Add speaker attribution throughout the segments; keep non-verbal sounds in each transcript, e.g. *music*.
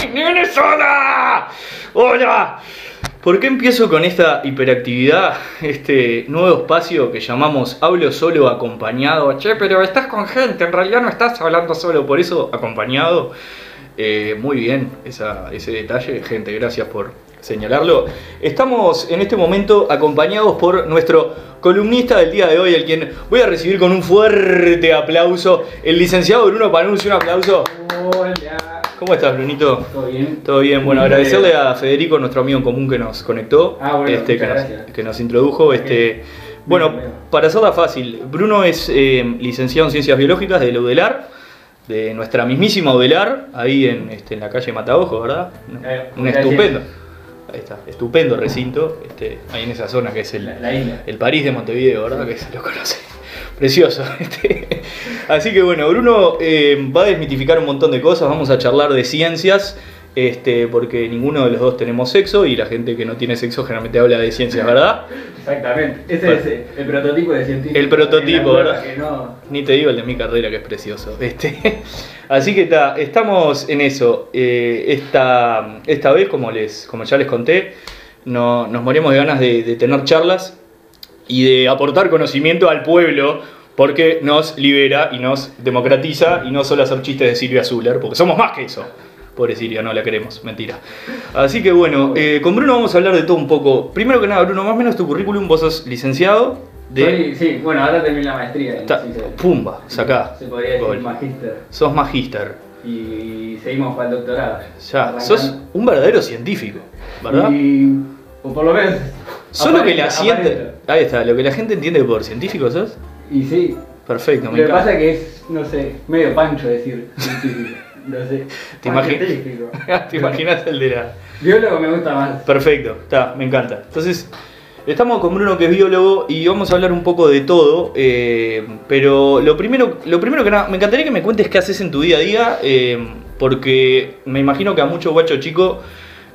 Speaker 1: ¡Nene sola! ¡Hola! ¿Por qué empiezo con esta hiperactividad, este nuevo espacio que llamamos Hablo solo acompañado? Che, pero estás con gente, en realidad no estás hablando solo, por eso acompañado. Eh, muy bien, esa- ese detalle, gente, gracias por señalarlo. Estamos en este momento acompañados por nuestro columnista del día de hoy, al quien voy a recibir con un fuerte aplauso, el licenciado Bruno Panucci, un aplauso.
Speaker 2: Hola.
Speaker 1: ¿Cómo estás, Brunito?
Speaker 2: ¿Todo bien?
Speaker 1: Todo bien, bueno,
Speaker 2: Bien.
Speaker 1: agradecerle a Federico, nuestro amigo en común que nos conectó,
Speaker 2: Eh, Ah, bueno,
Speaker 1: este, que,
Speaker 2: muchas
Speaker 1: nos,
Speaker 2: gracias.
Speaker 1: que nos introdujo. Este, bueno,
Speaker 2: bien.
Speaker 1: para hacerla fácil, Bruno es eh, licenciado en Ciencias Biológicas de la UDELAR, de nuestra mismísima UDELAR, ahí en, este, en la calle Mataojo, ¿verdad?
Speaker 2: Eh,
Speaker 1: Un
Speaker 2: gracias.
Speaker 1: estupendo, ahí está, estupendo recinto, este, ahí en esa zona que es el,
Speaker 2: La, la isla.
Speaker 1: el París de Montevideo, ¿verdad? Que se lo conoce. Precioso. *laughs* este. Así que bueno, Bruno eh, va a desmitificar un montón de cosas, vamos a charlar de ciencias, este, porque ninguno de los dos tenemos sexo y la gente que no tiene sexo generalmente habla de ciencias, ¿verdad?
Speaker 2: Exactamente. Ese
Speaker 1: Bueno.
Speaker 2: es eh, el prototipo de científico.
Speaker 1: El prototipo,
Speaker 2: En la cueva
Speaker 1: ¿verdad?
Speaker 2: Que no...
Speaker 1: Ni te digo el de mi carrera, que es precioso. Este. *laughs* Así que ta, estamos en eso. Eh, esta, esta vez, como, les, como ya les conté, no- nos morimos de ganas de, de tener charlas y de aportar conocimiento al pueblo, porque nos libera y nos democratiza, y no solo hacer chistes de Silvia Zuller, porque somos más que eso. Pobre Silvia, no la queremos, mentira. Así que bueno, eh, con Bruno vamos a hablar de todo un poco. Primero que nada, Bruno, más o menos tu currículum, vos sos licenciado de...
Speaker 2: Soy- sí, bueno, ahora terminé la maestría. en
Speaker 1: Ta-
Speaker 2: ciencias.
Speaker 1: pumba, sacá.
Speaker 2: Se podría decir
Speaker 1: Gol.
Speaker 2: magíster.
Speaker 1: Sos magíster.
Speaker 2: Y seguimos para el doctorado.
Speaker 1: Ya,
Speaker 2: Arrancando.
Speaker 1: sos un verdadero científico, ¿verdad?
Speaker 2: Y, o por lo menos.
Speaker 1: Solo que la
Speaker 2: aparenta-
Speaker 1: gente.
Speaker 2: aparenta.
Speaker 1: Ahí está, lo que la gente entiende por científico sos.
Speaker 2: Y sí.
Speaker 1: Perfecto,
Speaker 2: Lo
Speaker 1: me
Speaker 2: que
Speaker 1: encanta.
Speaker 2: pasa que es, no sé, medio pancho decir científico. No sé.
Speaker 1: ¿Te
Speaker 2: Más
Speaker 1: imagi-
Speaker 2: científico.
Speaker 1: *laughs* ¿Te imaginas el de la.?
Speaker 2: Biólogo me gusta más.
Speaker 1: Perfecto, está, me encanta. Entonces, estamos con Bruno que es biólogo y vamos a hablar un poco de todo. eh, pero lo primero, lo primero que nada, me encantaría que me cuentes qué haces en tu día a día, eh, porque me imagino que a muchos guachos chicos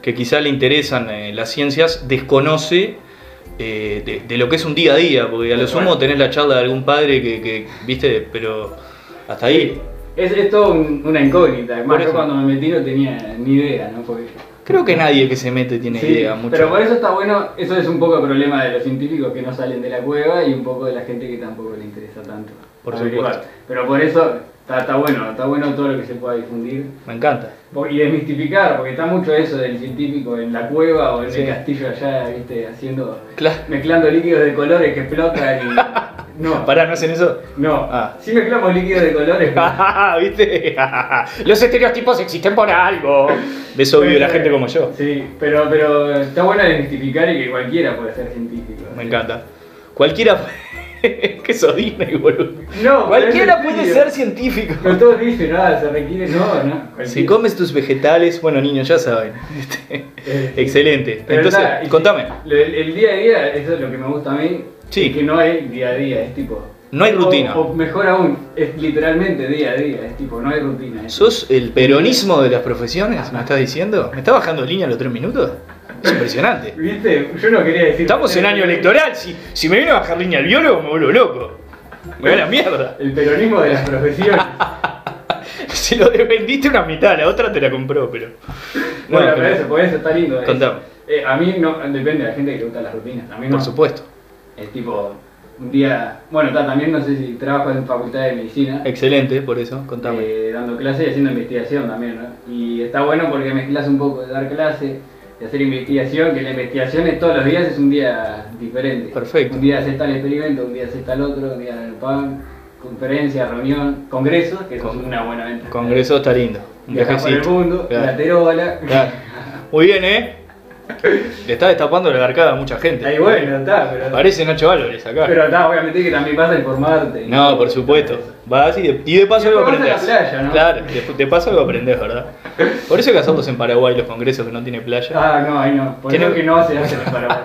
Speaker 1: que quizá le interesan eh, las ciencias desconoce. eh, de, de lo que es un día a día, porque a lo sumo tenés la charla de algún padre que, que, viste, pero hasta ahí.
Speaker 2: Es, es todo un- una incógnita.
Speaker 1: Por
Speaker 2: Además,
Speaker 1: eso.
Speaker 2: yo cuando me metí no tenía ni idea, ¿no? Porque,
Speaker 1: Creo que nadie que se mete tiene
Speaker 2: Sí,
Speaker 1: idea mucho.
Speaker 2: Pero por eso está bueno, eso es un poco el problema de los científicos que no salen de la cueva y un poco de la gente que tampoco le interesa tanto.
Speaker 1: Por
Speaker 2: averiguar.
Speaker 1: supuesto.
Speaker 2: Pero por eso está, está bueno, está bueno todo lo que se pueda difundir.
Speaker 1: Me encanta.
Speaker 2: Po- Y desmistificar, porque está mucho eso del científico en la cueva o en
Speaker 1: Sí.
Speaker 2: el castillo allá, viste, haciendo.
Speaker 1: Claro.
Speaker 2: mezclando líquidos de colores que explotan
Speaker 1: *laughs*
Speaker 2: y. No,
Speaker 1: Pará, no hacen eso.
Speaker 2: no.
Speaker 1: Ah.
Speaker 2: Sí mezclamos líquidos de colores. pero- *laughs*
Speaker 1: ¿Viste? Los estereotipos existen por algo.
Speaker 2: *laughs*
Speaker 1: De *laughs* eso
Speaker 2: Eh.
Speaker 1: vive la gente como yo.
Speaker 2: Sí, pero, pero está bueno desmistificar y que cualquiera puede ser científico.
Speaker 1: Me encanta. Cualquiera. *laughs* que sos Disney, boludo.
Speaker 2: No, pero es
Speaker 1: Cualquiera
Speaker 2: en
Speaker 1: puede
Speaker 2: serio.
Speaker 1: ser científico.
Speaker 2: No todos dicen, nada, se requiere, no, no. cualquiera.
Speaker 1: Si comes tus vegetales, bueno, niños, ya saben. Este,
Speaker 2: *laughs* Eh, sí.
Speaker 1: Excelente.
Speaker 2: Pero
Speaker 1: Entonces,
Speaker 2: nada, y-
Speaker 1: contame.
Speaker 2: lo- El, el día a día, eso es lo que me gusta a mí.
Speaker 1: Sí.
Speaker 2: Que no hay día a día, es tipo.
Speaker 1: No hay
Speaker 2: o-
Speaker 1: rutina.
Speaker 2: O, mejor aún, es literalmente día a día, es tipo, no hay rutina. es-
Speaker 1: ¿Sos el peronismo de las profesiones? ¿Me estás diciendo? ¿Me está bajando línea a los tres minutos? Es impresionante.
Speaker 2: ¿Viste? Yo no quería decir.
Speaker 1: Estamos en año electoral. Si, si me viene a bajar línea el biólogo, me vuelvo loco. Me da la mierda.
Speaker 2: El peronismo de las
Speaker 1: *laughs*
Speaker 2: profesiones.
Speaker 1: Se lo vendiste una mitad, la otra te la compró, pero. No,
Speaker 2: bueno,
Speaker 1: pero-
Speaker 2: pero eso, por eso está lindo. es-
Speaker 1: Contame.
Speaker 2: eh, a mí no, depende de la gente que le gustan las rutinas. A mí no.
Speaker 1: Por supuesto.
Speaker 2: Es tipo, un día. Bueno, ta, también no sé si trabajo en facultad de medicina,
Speaker 1: Excelente, por eso, contame.
Speaker 2: eh, dando clases y haciendo investigación también, ¿no? Y está bueno porque mezclas un poco de dar clase, de hacer investigación, que la investigación es todos los días, es un día diferente.
Speaker 1: Perfecto.
Speaker 2: Un día haces tal experimento, un día haces tal otro, un día el PAN, conferencia, reunión, congresos, que eso
Speaker 1: Con-
Speaker 2: es una buena venta.
Speaker 1: Congreso está lindo. Un
Speaker 2: Viajar por el
Speaker 1: viajecito.
Speaker 2: mundo,
Speaker 1: Claro,
Speaker 2: la teróbala.
Speaker 1: claro. Muy bien, ¿eh? Le está destapando la arcada a mucha gente.
Speaker 2: Ahí bueno, *laughs* está, pero.
Speaker 1: Parece Nacho Álvarez acá.
Speaker 2: Pero está, obviamente que también vas a informarte.
Speaker 1: no, por supuesto. Vas y de, y de paso
Speaker 2: Y
Speaker 1: algo
Speaker 2: después vas a la
Speaker 1: aprendés.
Speaker 2: playa, ¿no?
Speaker 1: Claro, de, de paso algo aprendés, ¿verdad? Por eso hay que hacerlos en Paraguay, los congresos que no tiene playa.
Speaker 2: Ah, no, ahí no. Por
Speaker 1: Tiene-
Speaker 2: eso que no se hace en Paraguay.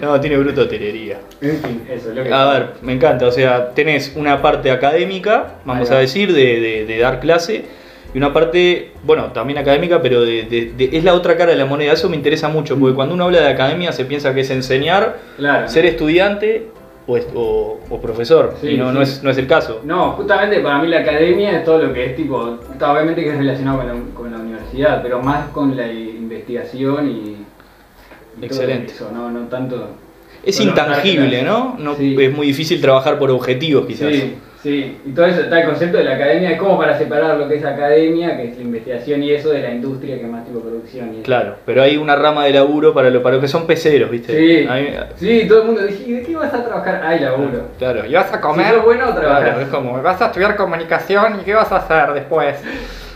Speaker 1: No, tiene bruto hotelería.
Speaker 2: *laughs* En fin, eso, lo que.
Speaker 1: A ver, me encanta. O sea, tenés una parte académica, vamos
Speaker 2: Ahí va.
Speaker 1: a decir, de, de- de dar clase, y una parte, bueno, también académica, pero de- de- de- es la otra cara de la moneda. Eso me interesa mucho, porque cuando uno habla de academia se piensa que es enseñar,
Speaker 2: Claro.
Speaker 1: ser estudiante o, es- o- o profesor.
Speaker 2: Sí,
Speaker 1: y no,
Speaker 2: sí.
Speaker 1: no, es, no es el caso.
Speaker 2: No, justamente para mí la academia es todo lo que es tipo, está, obviamente que es relacionado con la, con la universidad, pero más con la investigación y... y todo
Speaker 1: Excelente.
Speaker 2: eso, no, no tanto...
Speaker 1: Es
Speaker 2: Bueno,
Speaker 1: intangible,
Speaker 2: claro.
Speaker 1: ¿no? no
Speaker 2: Sí.
Speaker 1: Es muy difícil trabajar por objetivos, quizás.
Speaker 2: Sí, sí. Y todo eso está el concepto de la academia, es como para separar lo que es academia, que es la investigación y eso, de la industria, que es más tipo producción y eso.
Speaker 1: Claro, pero hay una rama de laburo para lo, para los que son peceros, ¿viste?
Speaker 2: Sí,
Speaker 1: A mí-
Speaker 2: sí, todo el mundo dice, ¿y de qué vas a trabajar? Ay, laburo.
Speaker 1: claro, y vas a comer.
Speaker 2: Si sos bueno, trabajás.
Speaker 1: Claro, es como, vas a estudiar comunicación y qué vas a hacer después.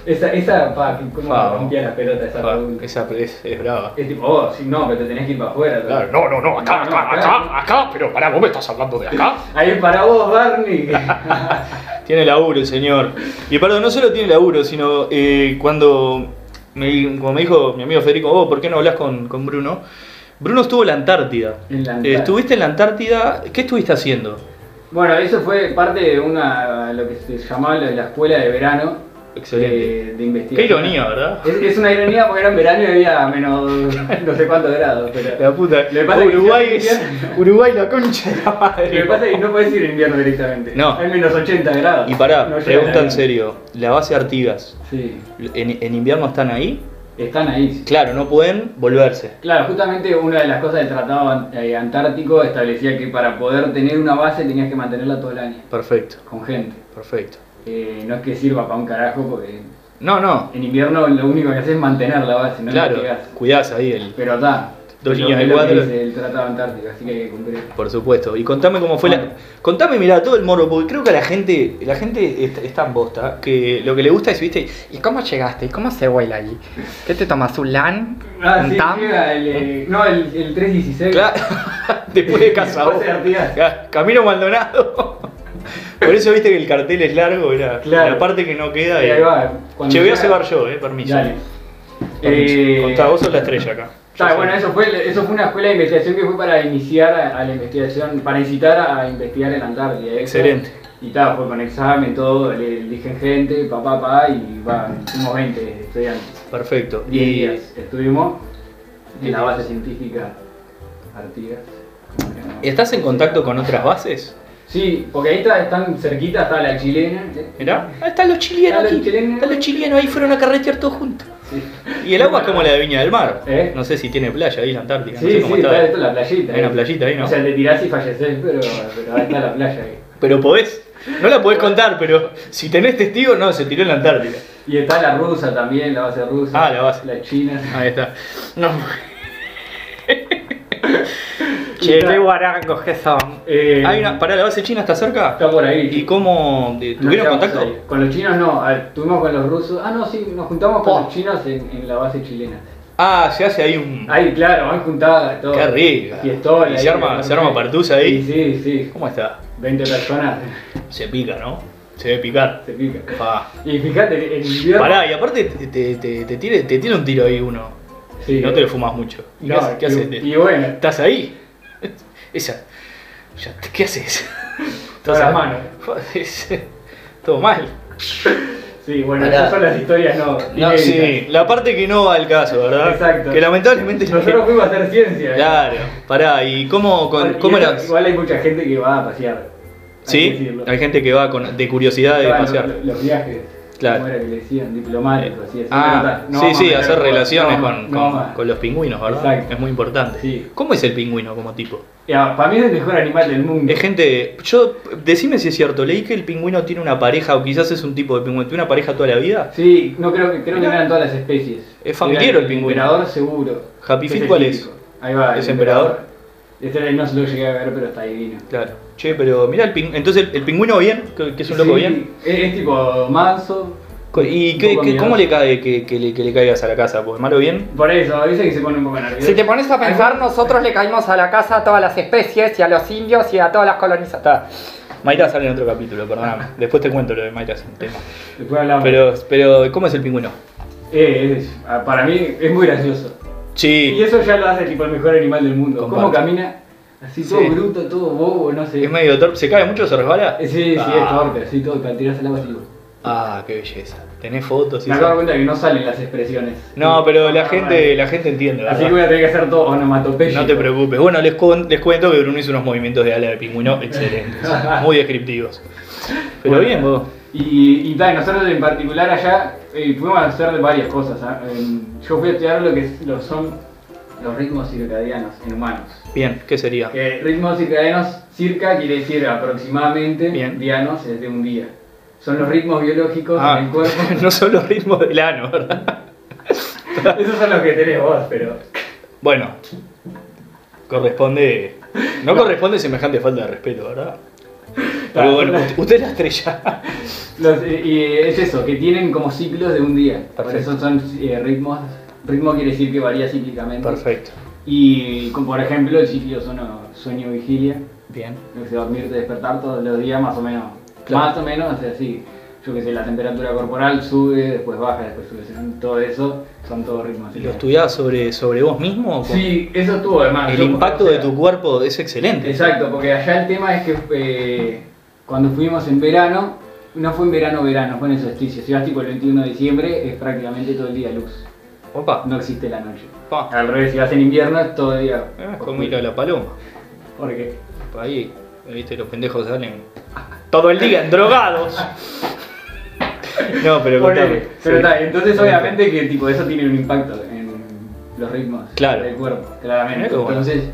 Speaker 2: Esa, esa, pa, que- cómo
Speaker 1: Fa,
Speaker 2: me rompía las pelotas esa
Speaker 1: Ah,
Speaker 2: pregunta.
Speaker 1: Esa es, es brava.
Speaker 2: Es tipo, oh, sí, no, pero te tenés que ir para afuera.
Speaker 1: Claro,
Speaker 2: todo.
Speaker 1: no, no, no, acá, acá, acá, acá, pero pará, vos me estás hablando de acá.
Speaker 2: Ahí para vos, Barney.
Speaker 1: *laughs* Tiene laburo el señor. Y perdón, no solo tiene laburo, sino eh, cuando me, como me dijo mi amigo Federico, oh, ¿por qué no hablas con, con Bruno? Bruno estuvo en la Antártida.
Speaker 2: En la
Speaker 1: Eh,
Speaker 2: Antártida.
Speaker 1: estuviste en la Antártida, ¿qué estuviste haciendo?
Speaker 2: bueno, eso fue parte de una, lo que se llamaba la escuela de verano.
Speaker 1: Excelente.
Speaker 2: eh, de investigación.
Speaker 1: Qué ironía, ¿verdad?
Speaker 2: Es, es una ironía porque era en verano y había menos *laughs* no sé cuántos grados. Pero,
Speaker 1: La puta,
Speaker 2: Lo que pasa es que
Speaker 1: Uruguay
Speaker 2: yo-
Speaker 1: es *laughs* Uruguay la concha de la
Speaker 2: lo que
Speaker 1: madre.
Speaker 2: pasa es que no podés ir en invierno directamente.
Speaker 1: No.
Speaker 2: Hay menos 80 grados.
Speaker 1: Y pará,
Speaker 2: No llega
Speaker 1: pregunta
Speaker 2: la-
Speaker 1: en serio, la base Artigas,
Speaker 2: Sí,
Speaker 1: ¿en, en invierno están ahí?
Speaker 2: están ahí. sí.
Speaker 1: Claro, no pueden volverse.
Speaker 2: Claro, justamente una de las cosas del Tratado Ant- eh, Antártico establecía que para poder tener una base tenías que mantenerla todo el año,
Speaker 1: Perfecto,
Speaker 2: con gente.
Speaker 1: perfecto.
Speaker 2: Eh, no es que sirva para un carajo, porque
Speaker 1: No, no,
Speaker 2: en invierno lo único que haces es mantener la base, no
Speaker 1: claro,
Speaker 2: la tirás.
Speaker 1: cuidás ahí el,
Speaker 2: Pero está.
Speaker 1: Dos
Speaker 2: es lo- es
Speaker 1: líneas de
Speaker 2: lo que
Speaker 1: cuatro.
Speaker 2: dice El Tratado Antártico, así que hay que cumplir.
Speaker 1: Por supuesto. Y contame cómo fue la.
Speaker 2: Bueno.
Speaker 1: Contame, mirá, todo el morbo, porque creo que a la gente, la gente es, es tan bosta que lo que le gusta es, viste,
Speaker 3: ¿Y cómo llegaste? ¿Y cómo se baila allí? ¿Qué te tomas? ¿Un LAN?
Speaker 2: Ah,
Speaker 3: ¿Un
Speaker 2: sí,
Speaker 3: TAM?
Speaker 2: llega el, eh, no, el, el 316.
Speaker 1: claro, *laughs* después
Speaker 2: *laughs*
Speaker 1: de Casabó. *laughs*
Speaker 2: Después de Artigas.
Speaker 1: Claro, Camino Maldonado. Por eso viste que el cartel es largo, era
Speaker 2: Claro.
Speaker 1: la parte que no queda.
Speaker 2: Y
Speaker 1: eh.
Speaker 2: ahí va, cuando
Speaker 1: Che, voy a
Speaker 2: llega-
Speaker 1: cebar yo, eh, permiso.
Speaker 2: Dale.
Speaker 1: Permiso.
Speaker 2: Eh,
Speaker 1: Contá, vos sos la estrella acá. Yo
Speaker 2: Está,
Speaker 1: soy-
Speaker 2: bueno, eso fue, eso fue una escuela de investigación que fue para iniciar a, a la investigación, para incitar a investigar en la Antártida. ¿eh?
Speaker 1: Excelente.
Speaker 2: Y tal, fue con examen, todo, le eligen gente, papá, papá, y va, fuimos 20 estudiantes.
Speaker 1: Perfecto.
Speaker 2: 10
Speaker 1: Y
Speaker 2: días estuvimos en la base científica Artigas. ¿cómo se llama?
Speaker 1: ¿estás en contacto con otras bases?
Speaker 2: Sí, porque ahí está, están cerquita, está la chilena. ¿eh?
Speaker 1: Mirá, ah, están los chilenos
Speaker 2: Están los
Speaker 1: aquí.
Speaker 2: chilenos.
Speaker 1: Están los chilenos ahí, fueron a carretear todos juntos.
Speaker 2: Sí,
Speaker 1: Y el agua es como la de Viña del Mar.
Speaker 2: ¿Eh?
Speaker 1: No sé si tiene playa ahí en la Antártica. no
Speaker 2: sí,
Speaker 1: sé
Speaker 2: sí,
Speaker 1: cómo
Speaker 2: está,
Speaker 1: está.
Speaker 2: esto es la playita.
Speaker 1: Hay una
Speaker 2: ¿eh?
Speaker 1: playita ahí, ¿no?
Speaker 2: O sea, te tirás y falleces, pero, pero ahí está la playa. ¿eh?
Speaker 1: Pero podés, no la podés contar, pero si tenés testigos, no, se tiró en la Antártica.
Speaker 2: Y está la rusa también, la base rusa.
Speaker 1: Ah, la base.
Speaker 2: La china.
Speaker 1: Ahí está.
Speaker 3: No.
Speaker 2: Y
Speaker 3: che,
Speaker 2: ta-
Speaker 3: qué guarangos que son.
Speaker 2: Eh,
Speaker 1: Hay una, pará, la base china está cerca.
Speaker 2: Está por ahí.
Speaker 1: ¿Y cómo? eh,
Speaker 2: Nos
Speaker 1: ¿Tuvieron
Speaker 2: quedamos
Speaker 1: contacto?
Speaker 2: ahí. Con los chinos no, a ver, estuvimos con los rusos. Ah, no, sí, nos juntamos con
Speaker 1: Oh.
Speaker 2: los chinos en, en la base chilena.
Speaker 1: Ah, se hace ahí un.
Speaker 2: Ahí, claro, van juntadas, todo.
Speaker 1: Qué rico.
Speaker 2: Fiestola,
Speaker 1: Y se
Speaker 2: ahí,
Speaker 1: arma,
Speaker 2: ¿no?
Speaker 1: se arma partusa ahí.
Speaker 2: Sí, sí, sí.
Speaker 1: ¿Cómo está?
Speaker 2: 20 personas,
Speaker 1: Se pica, ¿no? Se debe picar.
Speaker 2: se pica.
Speaker 1: Pa.
Speaker 2: Y fíjate, el invierno.
Speaker 1: Pará, y aparte te, te, te, te tira, te tira un tiro ahí uno.
Speaker 2: Sí.
Speaker 1: no te lo fumas mucho. ¿Qué,
Speaker 2: No,
Speaker 1: haces? ¿Qué este?
Speaker 2: y-
Speaker 1: haces?
Speaker 2: Y, bueno,
Speaker 1: ¿Estás ahí? *laughs* Esa. Ya, ¿Qué haces?
Speaker 2: todas las manos.
Speaker 1: Es- *laughs* Todo mal.
Speaker 2: Sí, bueno,
Speaker 1: Pará.
Speaker 2: esas son las historias no.
Speaker 1: No, sí, la parte que no va al caso, ¿verdad?
Speaker 2: Exacto.
Speaker 1: Que lamentablemente *laughs*
Speaker 2: Nosotros fuimos a hacer ciencia.
Speaker 1: Claro, pará, ¿y cómo, con-
Speaker 2: Bueno, y
Speaker 1: cómo
Speaker 2: eso,
Speaker 1: era?
Speaker 2: Igual hay mucha gente que va a pasear. hay que
Speaker 1: ¿Sí?
Speaker 2: decirlo.
Speaker 1: Hay gente que va con, de curiosidad de
Speaker 2: Claro,
Speaker 1: pasear.
Speaker 2: Los, los viajes.
Speaker 1: Claro.
Speaker 2: Como era que le decían, diplomáticos, así, así.
Speaker 1: Ah,
Speaker 2: no,
Speaker 1: sí,
Speaker 2: no,
Speaker 1: sí,
Speaker 2: no,
Speaker 1: hacer
Speaker 2: no,
Speaker 1: relaciones
Speaker 2: no,
Speaker 1: con,
Speaker 2: no,
Speaker 1: con-
Speaker 2: no.
Speaker 1: con los pingüinos, ¿verdad?
Speaker 2: Exacto.
Speaker 1: Es muy importante.
Speaker 2: Sí.
Speaker 1: ¿Cómo es el pingüino como tipo?
Speaker 2: Ya, para mí es el mejor animal del mundo.
Speaker 1: Es gente. Yo. Decime si es cierto, leí que el pingüino tiene una pareja, o quizás es un tipo de pingüino, tiene una pareja toda la vida.
Speaker 2: Sí, no creo que creo que
Speaker 1: Mirá.
Speaker 2: no eran todas las especies.
Speaker 1: Es familiero
Speaker 2: Era
Speaker 1: el pingüino.
Speaker 2: Emperador seguro.
Speaker 1: Happy Feet,
Speaker 2: Ese
Speaker 1: ¿cuál
Speaker 2: típico. Ahí va.
Speaker 1: ¿Es
Speaker 2: el
Speaker 1: emperador?
Speaker 2: Este no se lo llegué a ver, pero está divino.
Speaker 1: Claro. Che, pero mira el pingüino. Entonces, ¿el, el pingüino bien? ¿Que, que es un loco
Speaker 2: Sí,
Speaker 1: bien?
Speaker 2: Es, es tipo manso.
Speaker 1: Co- ¿Y
Speaker 2: un
Speaker 1: qué,
Speaker 2: poco
Speaker 1: qué-
Speaker 2: miedoso.
Speaker 1: cómo le cae que, que le, que le caigas a la casa? Pues malo bien.
Speaker 2: Por eso, dice que se pone un poco nervioso.
Speaker 3: Si te pones a pensar, nosotros le caímos a la casa a todas las especies y a los indios y a todas las colonizadas.
Speaker 1: Está. Mayra sale en otro capítulo,
Speaker 2: *laughs*
Speaker 1: perdóname. Después te cuento lo de Mayra, es un tema.
Speaker 2: Después hablamos.
Speaker 1: Pero, pero, ¿cómo es el pingüino?
Speaker 2: Eh, es- ah, para mí es muy gracioso. Y
Speaker 1: Sí,
Speaker 2: eso ya lo hace tipo el mejor animal del mundo. ¿Cómo
Speaker 1: Comparto.
Speaker 2: camina? Así todo
Speaker 1: Sí.
Speaker 2: bruto, todo bobo, no sé.
Speaker 1: es medio torpe. ¿Se cae mucho? ¿Se resbala?
Speaker 2: Eh, Sí, sí,
Speaker 1: Ah.
Speaker 2: es torpe, así todo, para tirarse al agua así.
Speaker 1: Ah, qué belleza. Tenés fotos y
Speaker 2: Me acabo de dar cuenta que
Speaker 1: eso.
Speaker 2: no salen las expresiones.
Speaker 1: No, pero la
Speaker 2: Ah,
Speaker 1: gente,
Speaker 2: vale.
Speaker 1: la gente entiende,
Speaker 2: Así que
Speaker 1: ¿verdad?
Speaker 2: voy a tener que hacer todo onomatopeya.
Speaker 1: No te preocupes. Bueno, les, cuen- les cuento que Bruno hizo unos movimientos de ala
Speaker 2: *laughs*
Speaker 1: de pingüino excelentes. Muy descriptivos. Pero
Speaker 2: Bueno.
Speaker 1: bien, vos.
Speaker 2: Y, y tal, nosotros en particular allá eh, fuimos a hacer varias cosas. ¿ah? En- yo fui a estudiar lo que es- lo son los ritmos circadianos en humanos.
Speaker 1: Bien, ¿qué sería?
Speaker 2: Que ritmos circadianos, circa quiere decir aproximadamente,
Speaker 1: Bien.
Speaker 2: dianos es de un día. Son los ritmos biológicos
Speaker 1: Ah,
Speaker 2: en el cuerpo.
Speaker 1: *laughs* no son los ritmos del ano, ¿verdad?
Speaker 2: Esos son los que tenés vos, pero.
Speaker 1: Bueno, corresponde. No corresponde semejante falta de respeto, ¿verdad?
Speaker 2: Ah,
Speaker 1: Pero bueno, usted- *laughs* usted es la estrella.
Speaker 2: Los- eh, y eh, es eso, que tienen como ciclos de un día. Por
Speaker 1: Perfecto.
Speaker 2: eso son eh, ritmos. Ritmo quiere decir que varía cíclicamente.
Speaker 1: Perfecto.
Speaker 2: Y como por ejemplo el ciclo sono- sueño-vigilia,
Speaker 1: Bien.
Speaker 2: lo que se dormirte despertar todos los días más o menos.
Speaker 1: Claro.
Speaker 2: Más o menos, o sea, sí. Yo que sé, la temperatura corporal sube, después baja, después sube. Todo eso son todos ritmos.
Speaker 1: ¿Lo estudiás sobre, sobre vos mismo? o con-
Speaker 2: Sí, eso estuvo además.
Speaker 1: El
Speaker 2: Yo-
Speaker 1: impacto
Speaker 2: o sea,
Speaker 1: de tu cuerpo es excelente.
Speaker 2: Exacto, porque allá el tema es que eh, cuando fuimos en verano, no fue en verano, verano, fue en el solsticio. Si vas tipo el 21 de diciembre, es prácticamente todo el día luz.
Speaker 1: Opa.
Speaker 2: No existe la noche.
Speaker 1: Pa.
Speaker 2: Al revés, si vas en invierno, es todo el día.
Speaker 1: Ah,
Speaker 2: oscuro.
Speaker 1: como ir a la paloma.
Speaker 2: ¿Por qué?
Speaker 1: Ahí, viste, los pendejos salen todo el día drogados. No,
Speaker 2: Ponele.
Speaker 1: pero contame.
Speaker 2: Pero
Speaker 1: Sí.
Speaker 2: está, entonces obviamente que tipo eso tiene un impacto en los ritmos
Speaker 1: Claro.
Speaker 2: del cuerpo,
Speaker 1: Mirá
Speaker 2: claramente.
Speaker 1: qué bueno.
Speaker 2: Entonces,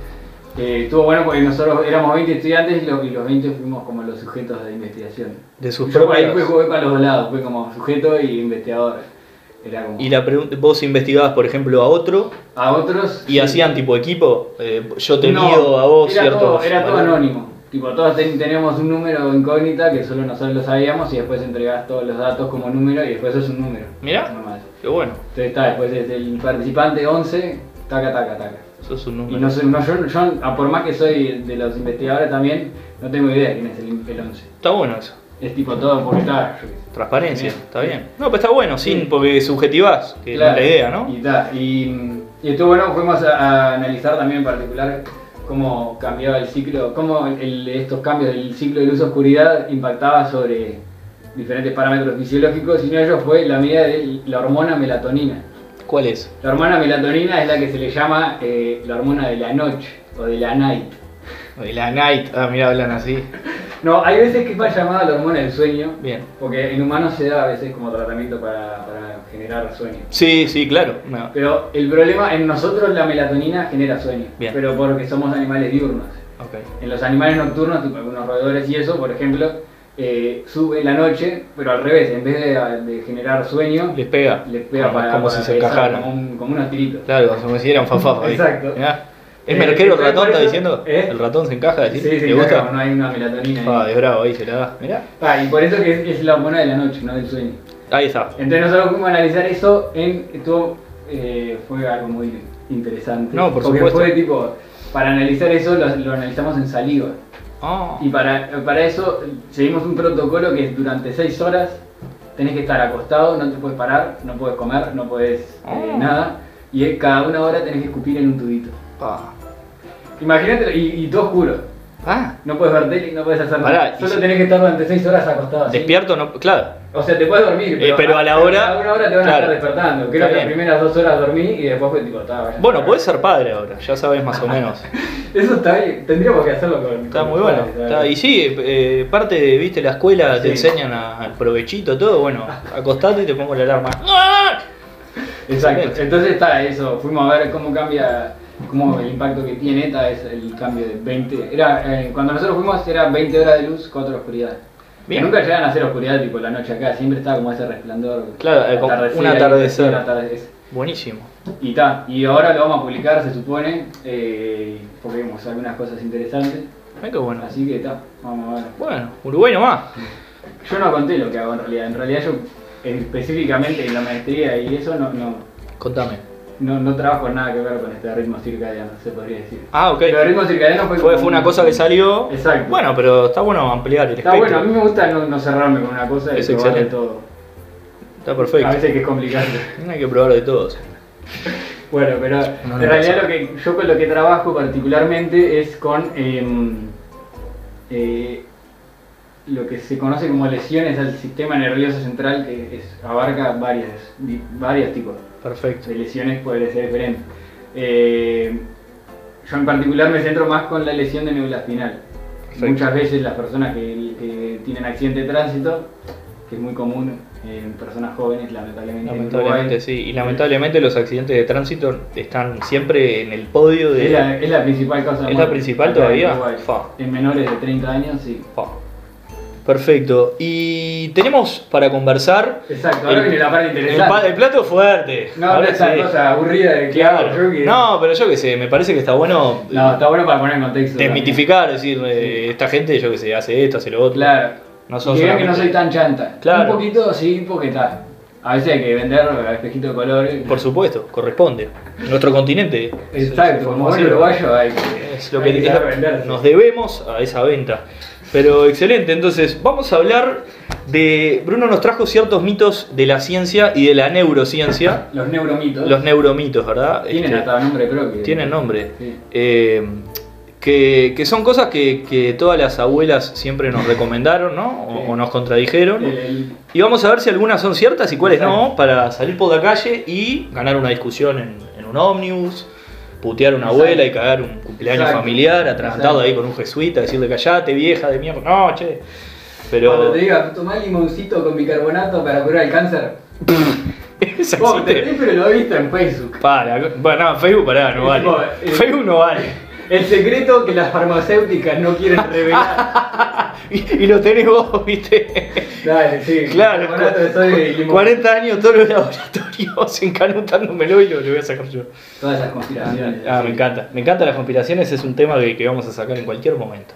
Speaker 2: eh, estuvo bueno porque nosotros éramos 20 estudiantes y los, y los 20 fuimos como los sujetos de investigación.
Speaker 1: De sus
Speaker 2: Yo por ahí fui,
Speaker 1: propias-
Speaker 2: jugué para los dos lados, fui como sujeto y investigador. Era como
Speaker 1: Y la pregunta, vos investigabas, por ejemplo, a otro
Speaker 2: a otros
Speaker 1: y
Speaker 2: sí.
Speaker 1: hacían tipo equipo. eh, yo te
Speaker 2: No,
Speaker 1: mido a vos,
Speaker 2: era
Speaker 1: cierto.
Speaker 2: Todo, era todo anónimo. Tipo, todos ten- teníamos un número incógnita que solo nosotros lo sabíamos y después entregás todos los datos como número y después es un número.
Speaker 1: Mirá.
Speaker 2: Normal.
Speaker 1: Qué bueno,
Speaker 2: Entonces está, después es el participante 11, taca, taca, taca.
Speaker 1: sos un
Speaker 2: Y
Speaker 1: número.
Speaker 2: no soy, no, yo, yo, ah, por más que soy de los investigadores también, no tengo idea de quién es el, el 11.
Speaker 1: Está bueno eso.
Speaker 2: Es tipo todo porque está, yo qué sé.
Speaker 1: Transparencia,
Speaker 2: Bien.
Speaker 1: está bien. No, pero está bueno, sin
Speaker 2: Sí.
Speaker 1: porque subjetivás, que
Speaker 2: Claro.
Speaker 1: es la idea, ¿no?
Speaker 2: Y, ta, y, y estuvo bueno, fuimos a, a analizar también en particular cómo cambiaba el ciclo, cómo el- estos cambios del ciclo de luz-oscuridad impactaba sobre diferentes parámetros fisiológicos y uno de ellos fue la medida de la hormona melatonina.
Speaker 1: ¿Cuál es?
Speaker 2: La hormona melatonina es la que se le llama eh, la hormona de la noche o de la night.
Speaker 1: De La night. Ah, mirá, hablan así.
Speaker 2: No, hay veces que es llamada la hormona del sueño,
Speaker 1: Bien.
Speaker 2: porque en humanos se da a veces como tratamiento para, para generar sueño.
Speaker 1: Sí, sí, claro. No.
Speaker 2: Pero el problema en nosotros la melatonina genera sueño,
Speaker 1: Bien.
Speaker 2: pero porque somos animales diurnos.
Speaker 1: Ok.
Speaker 2: En los animales nocturnos, tipo algunos roedores y eso, por ejemplo, eh, sube la noche, pero al revés, en vez de, de generar sueño,
Speaker 1: Les pega.
Speaker 2: les pega
Speaker 1: Como-
Speaker 2: para,
Speaker 1: como
Speaker 2: para
Speaker 1: si se
Speaker 2: esa,
Speaker 1: encajaran.
Speaker 2: como, un- como unos tiritos.
Speaker 1: Claro, como si eran fafafa. ahí.
Speaker 2: Exacto.
Speaker 1: Mirá. ¿Es
Speaker 2: Eh,
Speaker 1: merquero
Speaker 2: entonces,
Speaker 1: el ratón,
Speaker 2: por
Speaker 1: está
Speaker 2: eso-
Speaker 1: diciendo?
Speaker 2: ¿Eh?
Speaker 1: ¿El ratón se encaja?
Speaker 2: Sí,
Speaker 1: ¿Decís?
Speaker 2: sí,
Speaker 1: ¿Te
Speaker 2: claro,
Speaker 1: gusta?
Speaker 2: no hay una melatonina. ahí.
Speaker 1: Ah, es bravo, ahí se la da. Mirá.
Speaker 2: Ah, y por eso que es, es la hormona de la noche, no del sueño.
Speaker 1: Ahí está.
Speaker 2: Entonces nosotros fuimos a analizar eso en estuvo eh, fue algo muy interesante.
Speaker 1: No, por
Speaker 2: Porque
Speaker 1: supuesto.
Speaker 2: fue tipo, para analizar eso lo, lo analizamos en saliva.
Speaker 1: Ah.
Speaker 2: Oh, Y para, para eso seguimos un protocolo que es durante 6 horas tenés que estar acostado, no te puedes parar, no puedes comer, no puedes eh,
Speaker 1: Ah.
Speaker 2: nada. Y eh, cada una hora tenés que escupir en un tubito.
Speaker 1: Pa.
Speaker 2: Imagínate, y, y todo oscuro.
Speaker 1: Ah.
Speaker 2: No puedes ver tele, no puedes hacer
Speaker 1: Pará,
Speaker 2: nada.
Speaker 1: y
Speaker 2: Solo
Speaker 1: si-
Speaker 2: tenés que estar durante 6 horas acostado. así.
Speaker 1: Despierto, no. Claro.
Speaker 2: O sea, te puedes dormir,
Speaker 1: Eh, pero a la hora-
Speaker 2: A una hora te van
Speaker 1: claro.
Speaker 2: a estar despertando.
Speaker 1: Está
Speaker 2: Creo que las
Speaker 1: bien.
Speaker 2: primeras dos horas dormí y después fue tipo, estaba vaya.
Speaker 1: Bueno, pues- podés ser padre ahora, ya sabes más o
Speaker 2: *laughs*
Speaker 1: menos.
Speaker 2: Eso está bien, tendríamos que hacerlo con.
Speaker 1: Está
Speaker 2: con
Speaker 1: muy
Speaker 2: los
Speaker 1: bueno.
Speaker 2: padres,
Speaker 1: Está-
Speaker 2: ¿sabes?
Speaker 1: y sí, eh, parte de, viste, la escuela te
Speaker 2: Sí.
Speaker 1: enseñan a- al provechito, todo. Bueno, acostate y te pongo
Speaker 2: *laughs*
Speaker 1: la alarma. ¡Ah!
Speaker 2: Exacto. Entonces está eso, fuimos a ver cómo cambia, cómo el impacto que tiene, está es el cambio de 20. Era, eh, cuando nosotros fuimos era 20 horas de luz, 4 de oscuridad. Que
Speaker 1: Bien.
Speaker 2: Nunca llegan a ser oscuridad tipo la noche acá, siempre está como ese resplandor.
Speaker 1: Claro, eh, como un
Speaker 2: ahí,
Speaker 1: atardecer.
Speaker 2: un atardecer.
Speaker 1: Buenísimo.
Speaker 2: Y ta, y ahora lo vamos a publicar, se supone, eh, porque vimos algunas cosas interesantes.
Speaker 1: Mirá qué bueno.
Speaker 2: Así que ta, vamos a ver.
Speaker 1: Bueno, Uruguay nomás.
Speaker 2: Yo no conté lo que hago en realidad, en realidad yo eh, específicamente en la maestría y eso no, no,
Speaker 1: Contame.
Speaker 2: no, no trabajo nada que ver con este ritmo circadiano, se podría decir.
Speaker 1: Ah, ok.
Speaker 2: Pero el ritmo circadiano fue,
Speaker 1: Fue,
Speaker 2: como
Speaker 1: fue una
Speaker 2: un-
Speaker 1: cosa que salió.
Speaker 2: Exacto.
Speaker 1: Bueno, pero está bueno ampliar el
Speaker 2: Está bueno,
Speaker 1: espectro.
Speaker 2: a mí me gusta no, no cerrarme con una cosa y
Speaker 1: Es
Speaker 2: probar de
Speaker 1: excelente.
Speaker 2: todo.
Speaker 1: Está
Speaker 2: A
Speaker 1: perfecto.
Speaker 2: veces que es complicado.
Speaker 1: Hay que probar de todos.
Speaker 2: Bueno, pero
Speaker 1: No, no
Speaker 2: en realidad
Speaker 1: pasa.
Speaker 2: lo que yo con lo que trabajo particularmente es con em, eh, lo que se conoce como lesiones al sistema nervioso central, que es- abarca varias, di- varios tipos
Speaker 1: Perfecto.
Speaker 2: de lesiones, puede ser diferente. Eh, yo en particular me centro más con la lesión de médula espinal.
Speaker 1: Perfecto.
Speaker 2: Muchas veces las personas que, que tienen accidente de tránsito, que es muy común en personas jóvenes, lamentablemente. en
Speaker 1: Lamentablemente,
Speaker 2: Uruguay,
Speaker 1: sí. Y lamentablemente los accidentes de tránsito están siempre en el podio de...
Speaker 2: Es la, es la principal causa. de
Speaker 1: ¿Es la
Speaker 2: muerte
Speaker 1: principal
Speaker 2: acá en
Speaker 1: todavía?
Speaker 2: Uruguay.
Speaker 1: Fa.
Speaker 2: En menores de 30 años, sí.
Speaker 1: Oh. Perfecto. Y tenemos para conversar...
Speaker 2: Exacto, ahora
Speaker 1: El-
Speaker 2: viene la parte
Speaker 1: El,
Speaker 2: interesante.
Speaker 1: pa- el plato fuerte.
Speaker 2: no,
Speaker 1: Ahora
Speaker 2: no esa
Speaker 1: sí.
Speaker 2: cosa aburrida de
Speaker 1: Claro.
Speaker 2: claro, yo que-
Speaker 1: No, pero yo qué sé, me parece que está bueno
Speaker 2: No, está bueno para poner en contexto. también.
Speaker 1: desmitificar, decir, eh, esta gente, yo qué sé, hace esto, hace lo otro.
Speaker 2: Claro.
Speaker 1: No
Speaker 2: No
Speaker 1: son
Speaker 2: que vean
Speaker 1: solamente-
Speaker 2: que no soy tan chanta.
Speaker 1: Claro.
Speaker 2: Un poquito sí, porque está. A veces hay que vender a espejito de colores.
Speaker 1: Por supuesto, corresponde. Nuestro continente.
Speaker 2: Exacto, como buen
Speaker 1: Así.
Speaker 2: uruguayo hay que,
Speaker 1: Es lo
Speaker 2: hay
Speaker 1: que
Speaker 2: que
Speaker 1: es
Speaker 2: saber
Speaker 1: lo-
Speaker 2: venderse.
Speaker 1: nos debemos a esa venta. Pero excelente, entonces vamos a hablar de... Bruno nos trajo ciertos mitos de la ciencia y de la neurociencia.
Speaker 2: Los neuromitos
Speaker 1: Los neuromitos, ¿verdad?
Speaker 2: tienen
Speaker 1: Este,
Speaker 2: hasta nombre propio.
Speaker 1: tienen nombre.
Speaker 2: Sí.
Speaker 1: Eh, que, que son cosas que, que todas las abuelas siempre nos recomendaron, ¿no? O,
Speaker 2: Sí.
Speaker 1: o nos contradijeron.
Speaker 2: El- el-
Speaker 1: Y vamos a ver si algunas son ciertas y cuáles no,
Speaker 2: Exacto.
Speaker 1: para salir por la calle y ganar una discusión en, en un ómnibus, putear a una
Speaker 2: Exacto.
Speaker 1: abuela y cagar un cumpleaños
Speaker 2: Exacto.
Speaker 1: familiar,
Speaker 2: Exacto.
Speaker 1: atragantado ahí con un jesuita, decirle callate, vieja de mierda, no, che.
Speaker 2: Cuando
Speaker 1: Pero.
Speaker 2: te diga, tomá limoncito con bicarbonato para curar el cáncer.
Speaker 1: *laughs* Esa
Speaker 2: Vos te
Speaker 1: existe.
Speaker 2: reís, pero lo he visto en Facebook.
Speaker 1: Para, bueno, no, Facebook pará, no
Speaker 2: Es
Speaker 1: vale.
Speaker 2: tipo, eh,
Speaker 1: Facebook no vale.
Speaker 2: El secreto que las farmacéuticas no
Speaker 1: *laughs*
Speaker 2: quieren revelar.
Speaker 1: Y, y lo tenés vos, *laughs* viste.
Speaker 2: Dale, sí.
Speaker 1: Claro,
Speaker 2: Bicarbonato de sodio y limón.
Speaker 1: 40 años todos los laboratorios *laughs* encanutándomelo y lo, lo voy a sacar yo.
Speaker 2: Todas esas conspiraciones.
Speaker 1: Ah,
Speaker 2: sí.
Speaker 1: me encanta. Me encantan las conspiraciones, es un tema que, que vamos a sacar en cualquier momento.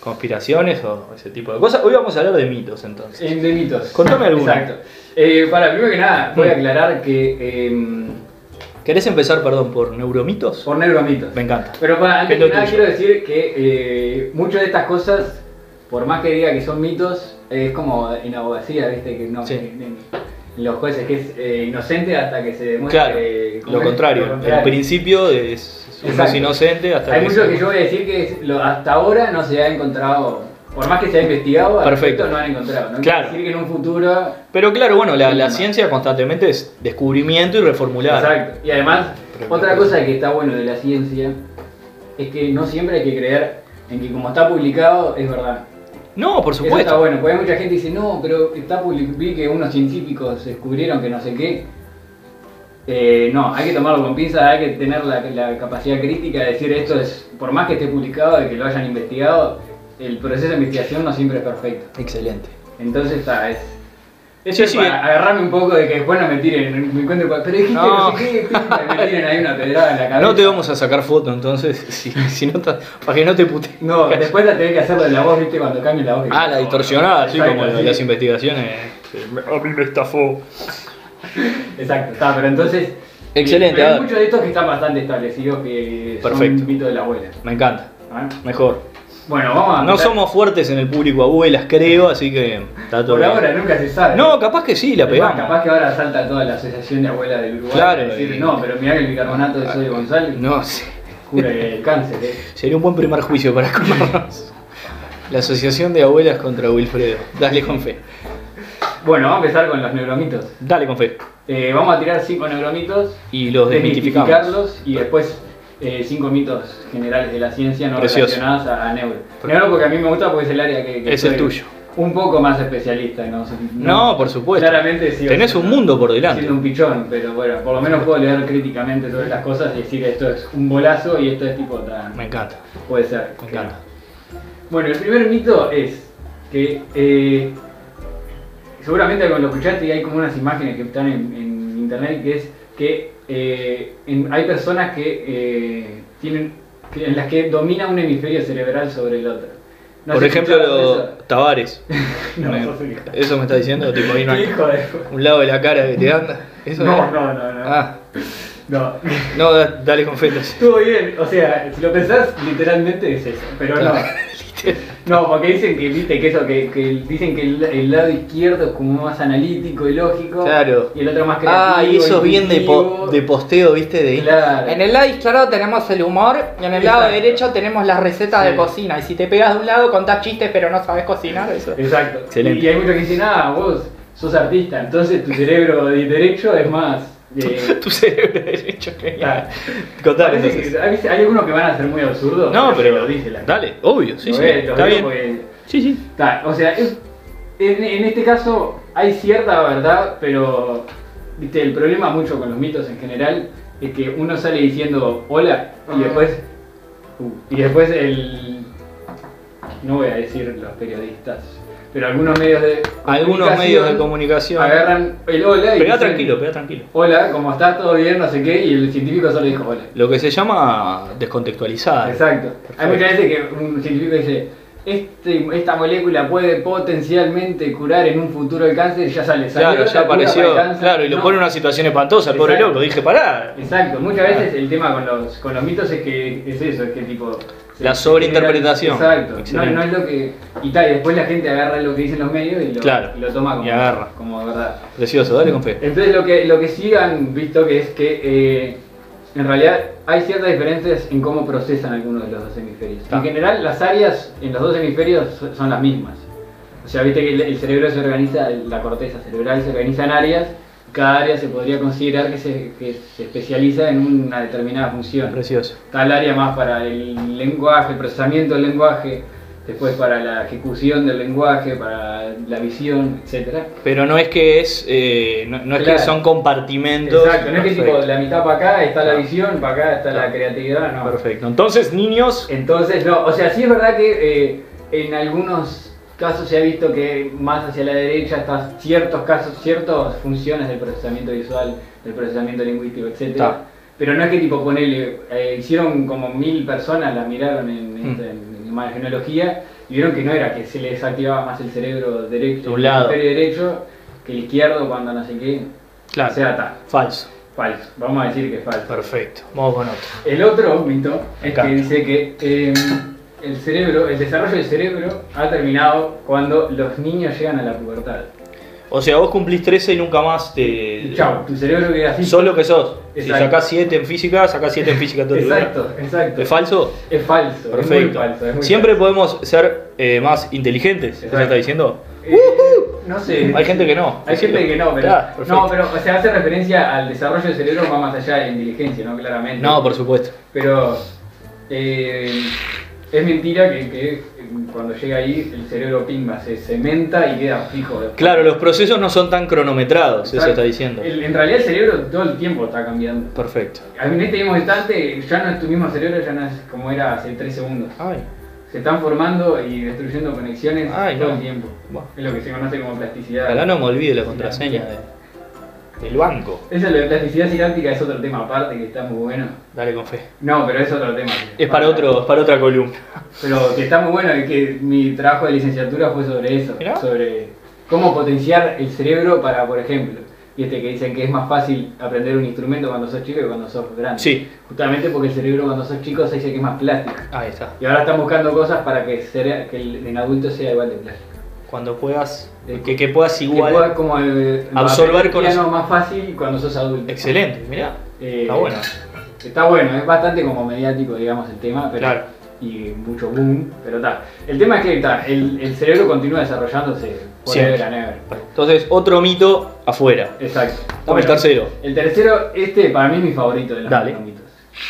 Speaker 1: Conspiraciones o ese tipo de cosas. Hoy vamos a hablar de mitos entonces.
Speaker 2: En de mitos.
Speaker 1: Contame alguna.
Speaker 2: Exacto. Eh, para, primero que nada, voy a
Speaker 1: Mm.
Speaker 2: aclarar que eh,
Speaker 1: ¿Querés empezar, perdón, por neuromitos?
Speaker 2: por neuromitos.
Speaker 1: Me encanta.
Speaker 2: Pero para, antes
Speaker 1: Es lo
Speaker 2: que nada
Speaker 1: tuyo.
Speaker 2: quiero decir que eh, muchas de estas cosas, por más que diga que son mitos, es como en abogacía, viste, que no.
Speaker 1: Sí.
Speaker 2: en- en- en los jueces, que es eh, inocente hasta que se demuestre
Speaker 1: Claro,
Speaker 2: eh, como
Speaker 1: lo
Speaker 2: es-
Speaker 1: contrario.
Speaker 2: lo
Speaker 1: El principio es, uno es
Speaker 2: Exacto.
Speaker 1: inocente hasta
Speaker 2: Hay
Speaker 1: que
Speaker 2: mucho
Speaker 1: se-
Speaker 2: que yo voy a decir que es- lo- hasta ahora no se ha encontrado, por más que se ha investigado, al
Speaker 1: Perfecto.
Speaker 2: respecto no han encontrado. No
Speaker 1: Claro.
Speaker 2: quiere decir que en un futuro
Speaker 1: Pero claro, bueno, la, la
Speaker 2: Tema.
Speaker 1: ciencia constantemente es descubrimiento y reformular.
Speaker 2: Exacto. Y además,
Speaker 1: Pero
Speaker 2: otra
Speaker 1: me parece-
Speaker 2: cosa que está bueno de la ciencia es que no siempre hay que creer en que como está publicado es verdad.
Speaker 1: No, por
Speaker 2: Eso está
Speaker 1: supuesto.
Speaker 2: bueno, porque hay mucha gente que dice, no, pero está public- vi que unos científicos descubrieron que no sé qué. Eh, no, hay que tomarlo con pinzas, hay que tener la, la capacidad crítica de decir esto es, por más que esté publicado, de que lo hayan investigado, el proceso de investigación no siempre es perfecto.
Speaker 1: Excelente.
Speaker 2: Entonces está, es.
Speaker 1: Sí,
Speaker 2: Eso es
Speaker 1: sí.
Speaker 2: para agarrarme un poco de que después no me tiren, me encuentro con- Pero dijiste
Speaker 1: No.
Speaker 2: no, sé qué, pinta", y me tiren ahí una pedrada en la cabeza.
Speaker 1: No te vamos a sacar foto entonces, *laughs* si, si no estás- para que no te pute.
Speaker 2: No, después la tenés que hacer de la voz, viste, cuando cambie la voz.
Speaker 1: Ah, la distorsionada, así
Speaker 2: Exacto,
Speaker 1: como
Speaker 2: sí.
Speaker 1: las investigaciones. A mí me estafó.
Speaker 2: Exacto, está, pero entonces.
Speaker 1: Excelente,
Speaker 2: pero
Speaker 1: a
Speaker 2: hay
Speaker 1: ver.
Speaker 2: muchos de estos que están bastante establecidos que
Speaker 1: Perfecto.
Speaker 2: son mito de la abuela.
Speaker 1: Me encanta,
Speaker 2: ¿ah?
Speaker 1: mejor.
Speaker 2: Bueno, vamos a.
Speaker 1: No
Speaker 2: empezar.
Speaker 1: somos fuertes en el público abuelas, creo, así que está todo
Speaker 2: Por
Speaker 1: bien.
Speaker 2: ahora nunca se sabe.
Speaker 1: No, capaz que sí, la
Speaker 2: Es más, Capaz
Speaker 1: pegamos.
Speaker 2: que ahora salta toda la asociación de abuelas del Uruguay.
Speaker 1: Claro,
Speaker 2: a decir,
Speaker 1: y-
Speaker 2: No, pero mirá que el bicarbonato de sodio
Speaker 1: *laughs*
Speaker 2: González
Speaker 1: No, sí.
Speaker 2: cura el cáncer. ¿eh?
Speaker 1: sería un buen primer juicio para comernos. La Asociación de Abuelas contra Wilfredo. Dale con fe.
Speaker 2: Bueno, vamos a empezar con los neuromitos.
Speaker 1: Dale con fe.
Speaker 2: Eh, vamos a tirar cinco neuromitos,
Speaker 1: Y los desmitificamos.
Speaker 2: desmitificarlos y después eh, cinco mitos generales de la ciencia no
Speaker 1: Precioso.
Speaker 2: relacionados a, a neuro. Neuro porque a mí me gusta porque es el área que, que
Speaker 1: Es el
Speaker 2: soy
Speaker 1: tuyo.
Speaker 2: Un poco más especialista, ¿no?
Speaker 1: No, por supuesto.
Speaker 2: Claramente sí.
Speaker 1: Tenés un mundo por delante.
Speaker 2: Siendo un pichón, pero bueno, por lo menos puedo leer críticamente sobre las cosas y decir esto es un bolazo y esto es tipo tan...
Speaker 1: Me encanta,
Speaker 2: Puede ser.
Speaker 1: me encanta.
Speaker 2: Bueno, el primer mito es que eh, seguramente cuando lo escuchaste y hay como unas imágenes que están en, en internet que es que eh, en- hay personas que eh, tienen que- en las que domina un hemisferio cerebral sobre el otro. ¿No
Speaker 1: Por
Speaker 2: has
Speaker 1: ejemplo,
Speaker 2: escuchado
Speaker 1: lo- Tavares.
Speaker 2: eso? *laughs* No,
Speaker 1: Me-
Speaker 2: sos un hijo.
Speaker 1: Eso me está diciendo, tipo, hay una-
Speaker 2: *laughs* ¿Qué hijo de-
Speaker 1: un lado de la cara que te anda. Eso
Speaker 2: No,
Speaker 1: es?
Speaker 2: no, no, no.
Speaker 1: Ah,
Speaker 2: No.
Speaker 1: no, da- dale con fe.
Speaker 2: *laughs*
Speaker 1: entonces.
Speaker 2: Estuvo bien, o sea, si lo pensás, literalmente es eso, pero no. No, porque dicen que, viste, que eso, que, que dicen que el, el lado izquierdo es como más analítico y lógico.
Speaker 1: Claro.
Speaker 2: Y el otro más creativo.
Speaker 1: Ah, y eso es bien de, po-
Speaker 2: intuitivo.
Speaker 1: de posteo, viste, de
Speaker 2: Claro.
Speaker 3: En el lado izquierdo tenemos el humor y en el lado
Speaker 2: Exacto.
Speaker 3: derecho tenemos las recetas
Speaker 2: Sí.
Speaker 3: de cocina. Y si te pegas de un lado, contás chistes pero no sabes cocinar, eso.
Speaker 2: Exacto.
Speaker 1: Excelente.
Speaker 2: Y hay muchos que dicen, ah, vos sos artista, entonces tu cerebro de derecho es más.
Speaker 1: *laughs*
Speaker 2: eh,
Speaker 1: *laughs* tu cerebro derecho.
Speaker 2: Claro.
Speaker 1: Contale
Speaker 2: parece
Speaker 1: entonces.
Speaker 2: que- hay, hay algunos que van a ser muy absurdos.
Speaker 1: No,
Speaker 2: se
Speaker 1: pero.
Speaker 2: Lo dice la
Speaker 1: Dale, obvio, sí,
Speaker 2: Lo
Speaker 1: sí.
Speaker 2: ve, lo
Speaker 1: Está
Speaker 2: veo
Speaker 1: bien.
Speaker 2: porque-
Speaker 1: Sí, sí.
Speaker 2: Ta, o sea, es- en, en este caso hay cierta verdad, pero viste, el problema mucho con los mitos en general es que uno sale diciendo hola y después. uh, y después el. No voy a decir los periodistas, pero algunos medios de.
Speaker 1: Algunos medios de comunicación.
Speaker 2: Agarran el hola y.
Speaker 1: Pegá
Speaker 2: dicen,
Speaker 1: tranquilo, pegá tranquilo.
Speaker 2: Hola, ¿cómo estás? ¿Todo bien? No sé qué, y el científico solo dijo hola.
Speaker 1: Lo que se llama descontextualizar.
Speaker 2: Exacto. Hay
Speaker 1: Perfecto.
Speaker 2: mucha gente que un científico dice, este, esta molécula puede potencialmente curar en un futuro el cáncer y ya sale. salió
Speaker 1: Claro,
Speaker 2: la
Speaker 1: ya
Speaker 2: cura para
Speaker 1: apareció.
Speaker 2: el cáncer.
Speaker 1: Claro, y lo
Speaker 2: No.
Speaker 1: pone en una situación espantosa, el pobre
Speaker 2: Exacto.
Speaker 1: loco. Dije, pará.
Speaker 2: Exacto, muchas veces el tema con los, con los mitos es que es eso, es que tipo... se-
Speaker 1: La sobreinterpretación.
Speaker 2: Exacto, no,
Speaker 1: Excelente.
Speaker 2: no es lo que... Y tal, y después la gente agarra lo que dicen los medios y lo,
Speaker 1: Claro.
Speaker 2: y lo toma como,
Speaker 1: Y agarra.
Speaker 2: como verdad.
Speaker 1: Precioso, dale con fe.
Speaker 2: Entonces lo que, lo que sí han visto que es que eh, en realidad hay ciertas diferencias en cómo procesan algunos de los dos hemisferios.
Speaker 1: Ah.
Speaker 2: En general las áreas en los dos hemisferios so- son las mismas. O sea, viste que el, el cerebro se organiza, la corteza cerebral se organiza en áreas, cada área se podría considerar que se, que se especializa en una determinada función
Speaker 1: Precioso.
Speaker 2: tal área más para el lenguaje, el procesamiento del lenguaje, después para la ejecución del lenguaje, para la visión, etcétera.
Speaker 1: Pero no es que es. eh, no, no es
Speaker 2: Claro.
Speaker 1: que son compartimentos.
Speaker 2: Exacto, no es que tipo
Speaker 1: Perfecto.
Speaker 2: la mitad para acá está la
Speaker 1: No.
Speaker 2: visión, para acá está la
Speaker 1: No.
Speaker 2: creatividad, no.
Speaker 1: Perfecto. Entonces, niños.
Speaker 2: Entonces, no, o sea, sí es verdad que eh, en algunos casos se ha visto que más hacia la derecha están ciertos casos, ciertas funciones del procesamiento visual, del procesamiento lingüístico, etc.
Speaker 1: Ta.
Speaker 2: Pero no es que tipo ponele, eh, hicieron como mil personas, las miraron en,
Speaker 1: Mm.
Speaker 2: esta- en imagenología y vieron que no era que se les activaba más el cerebro derecho,
Speaker 1: De un
Speaker 2: el
Speaker 1: lado.
Speaker 2: hemisferio derecho, que el izquierdo cuando no sé qué.
Speaker 1: Claro.
Speaker 2: O sea, está,
Speaker 1: Falso.
Speaker 2: falso, vamos a decir que es falso.
Speaker 1: Perfecto. Vamos con otro.
Speaker 2: El otro mito es que
Speaker 1: encanta.
Speaker 2: dice que eh, el cerebro, el desarrollo del cerebro ha terminado cuando los niños llegan a la pubertad.
Speaker 1: O sea, vos cumplís 13 y nunca más te.
Speaker 2: Y Chau, tu cerebro queda así.
Speaker 1: Sos lo que sos. Si
Speaker 2: Exacto.
Speaker 1: sacás 7 en física, sacás 7 en física todo el día.
Speaker 2: Exacto, exacto.
Speaker 1: ¿Es falso?
Speaker 2: Es falso, es muy
Speaker 1: Perfecto.
Speaker 2: falso. es muy
Speaker 1: Siempre
Speaker 2: falso.
Speaker 1: podemos ser eh, más inteligentes, ¿eso
Speaker 2: Exacto.
Speaker 1: está diciendo?
Speaker 2: Eh, no sé.
Speaker 1: Hay gente que no.
Speaker 2: Hay gente que no, pero.
Speaker 1: Claro, perfecto.
Speaker 2: no, pero o sea, hace referencia al desarrollo del cerebro va más allá de la inteligencia, ¿no? Claramente.
Speaker 1: No, por supuesto.
Speaker 2: Pero eh, es mentira que, que eh, cuando llega ahí el cerebro pimba, se cementa y queda fijo.
Speaker 1: Claro, los procesos no son tan cronometrados, eso
Speaker 2: Exacto.
Speaker 1: está diciendo.
Speaker 2: El- en realidad el cerebro todo el tiempo está cambiando.
Speaker 1: Perfecto.
Speaker 2: En este mismo instante ya no es tu mismo cerebro, ya no es como era hace 3 segundos.
Speaker 1: Ay,
Speaker 2: Se están formando y destruyendo conexiones
Speaker 1: Ay,
Speaker 2: todo
Speaker 1: no.
Speaker 2: el tiempo.
Speaker 1: Bueno.
Speaker 2: Es lo que se conoce como plasticidad.
Speaker 1: ojalá no me olvide la contraseña de- del banco.
Speaker 2: Eso de la plasticidad sináptica es otro tema aparte que está muy bueno.
Speaker 1: Dale con fe.
Speaker 2: No, pero es otro tema.
Speaker 1: Es para otro, es para otra columna.
Speaker 2: Pero que está muy bueno y que mi trabajo de licenciatura fue sobre eso,
Speaker 1: Mirá.
Speaker 2: sobre cómo potenciar el cerebro para, por ejemplo, y este que dicen que es más fácil aprender un instrumento cuando sos chico que cuando sos grande.
Speaker 1: Sí.
Speaker 2: Justamente porque el cerebro cuando sos chico se dice que es más plástico.
Speaker 1: Ahí está.
Speaker 2: Y ahora están buscando cosas para que, cere- que el, en adulto sea igual de plástico.
Speaker 1: Cuando puedas, que, que puedas igual.
Speaker 2: Que pueda como eh,
Speaker 1: Absorber
Speaker 2: aprender piano
Speaker 1: conoc-
Speaker 2: más fácil cuando sos adulto.
Speaker 1: Excelente, mirá.
Speaker 2: Eh,
Speaker 1: Está bueno.
Speaker 2: Está bueno, es bastante como mediático, digamos, el tema, pero,
Speaker 1: Claro.
Speaker 2: y mucho boom, pero está. El tema es que está, el, el cerebro continúa desarrollándose forever
Speaker 1: Siempre.
Speaker 2: and ever.
Speaker 1: Entonces, otro mito afuera.
Speaker 2: Exacto.
Speaker 1: Dame el tercero.
Speaker 2: El tercero, este para mí es mi favorito de los
Speaker 1: Dale.
Speaker 2: mitos.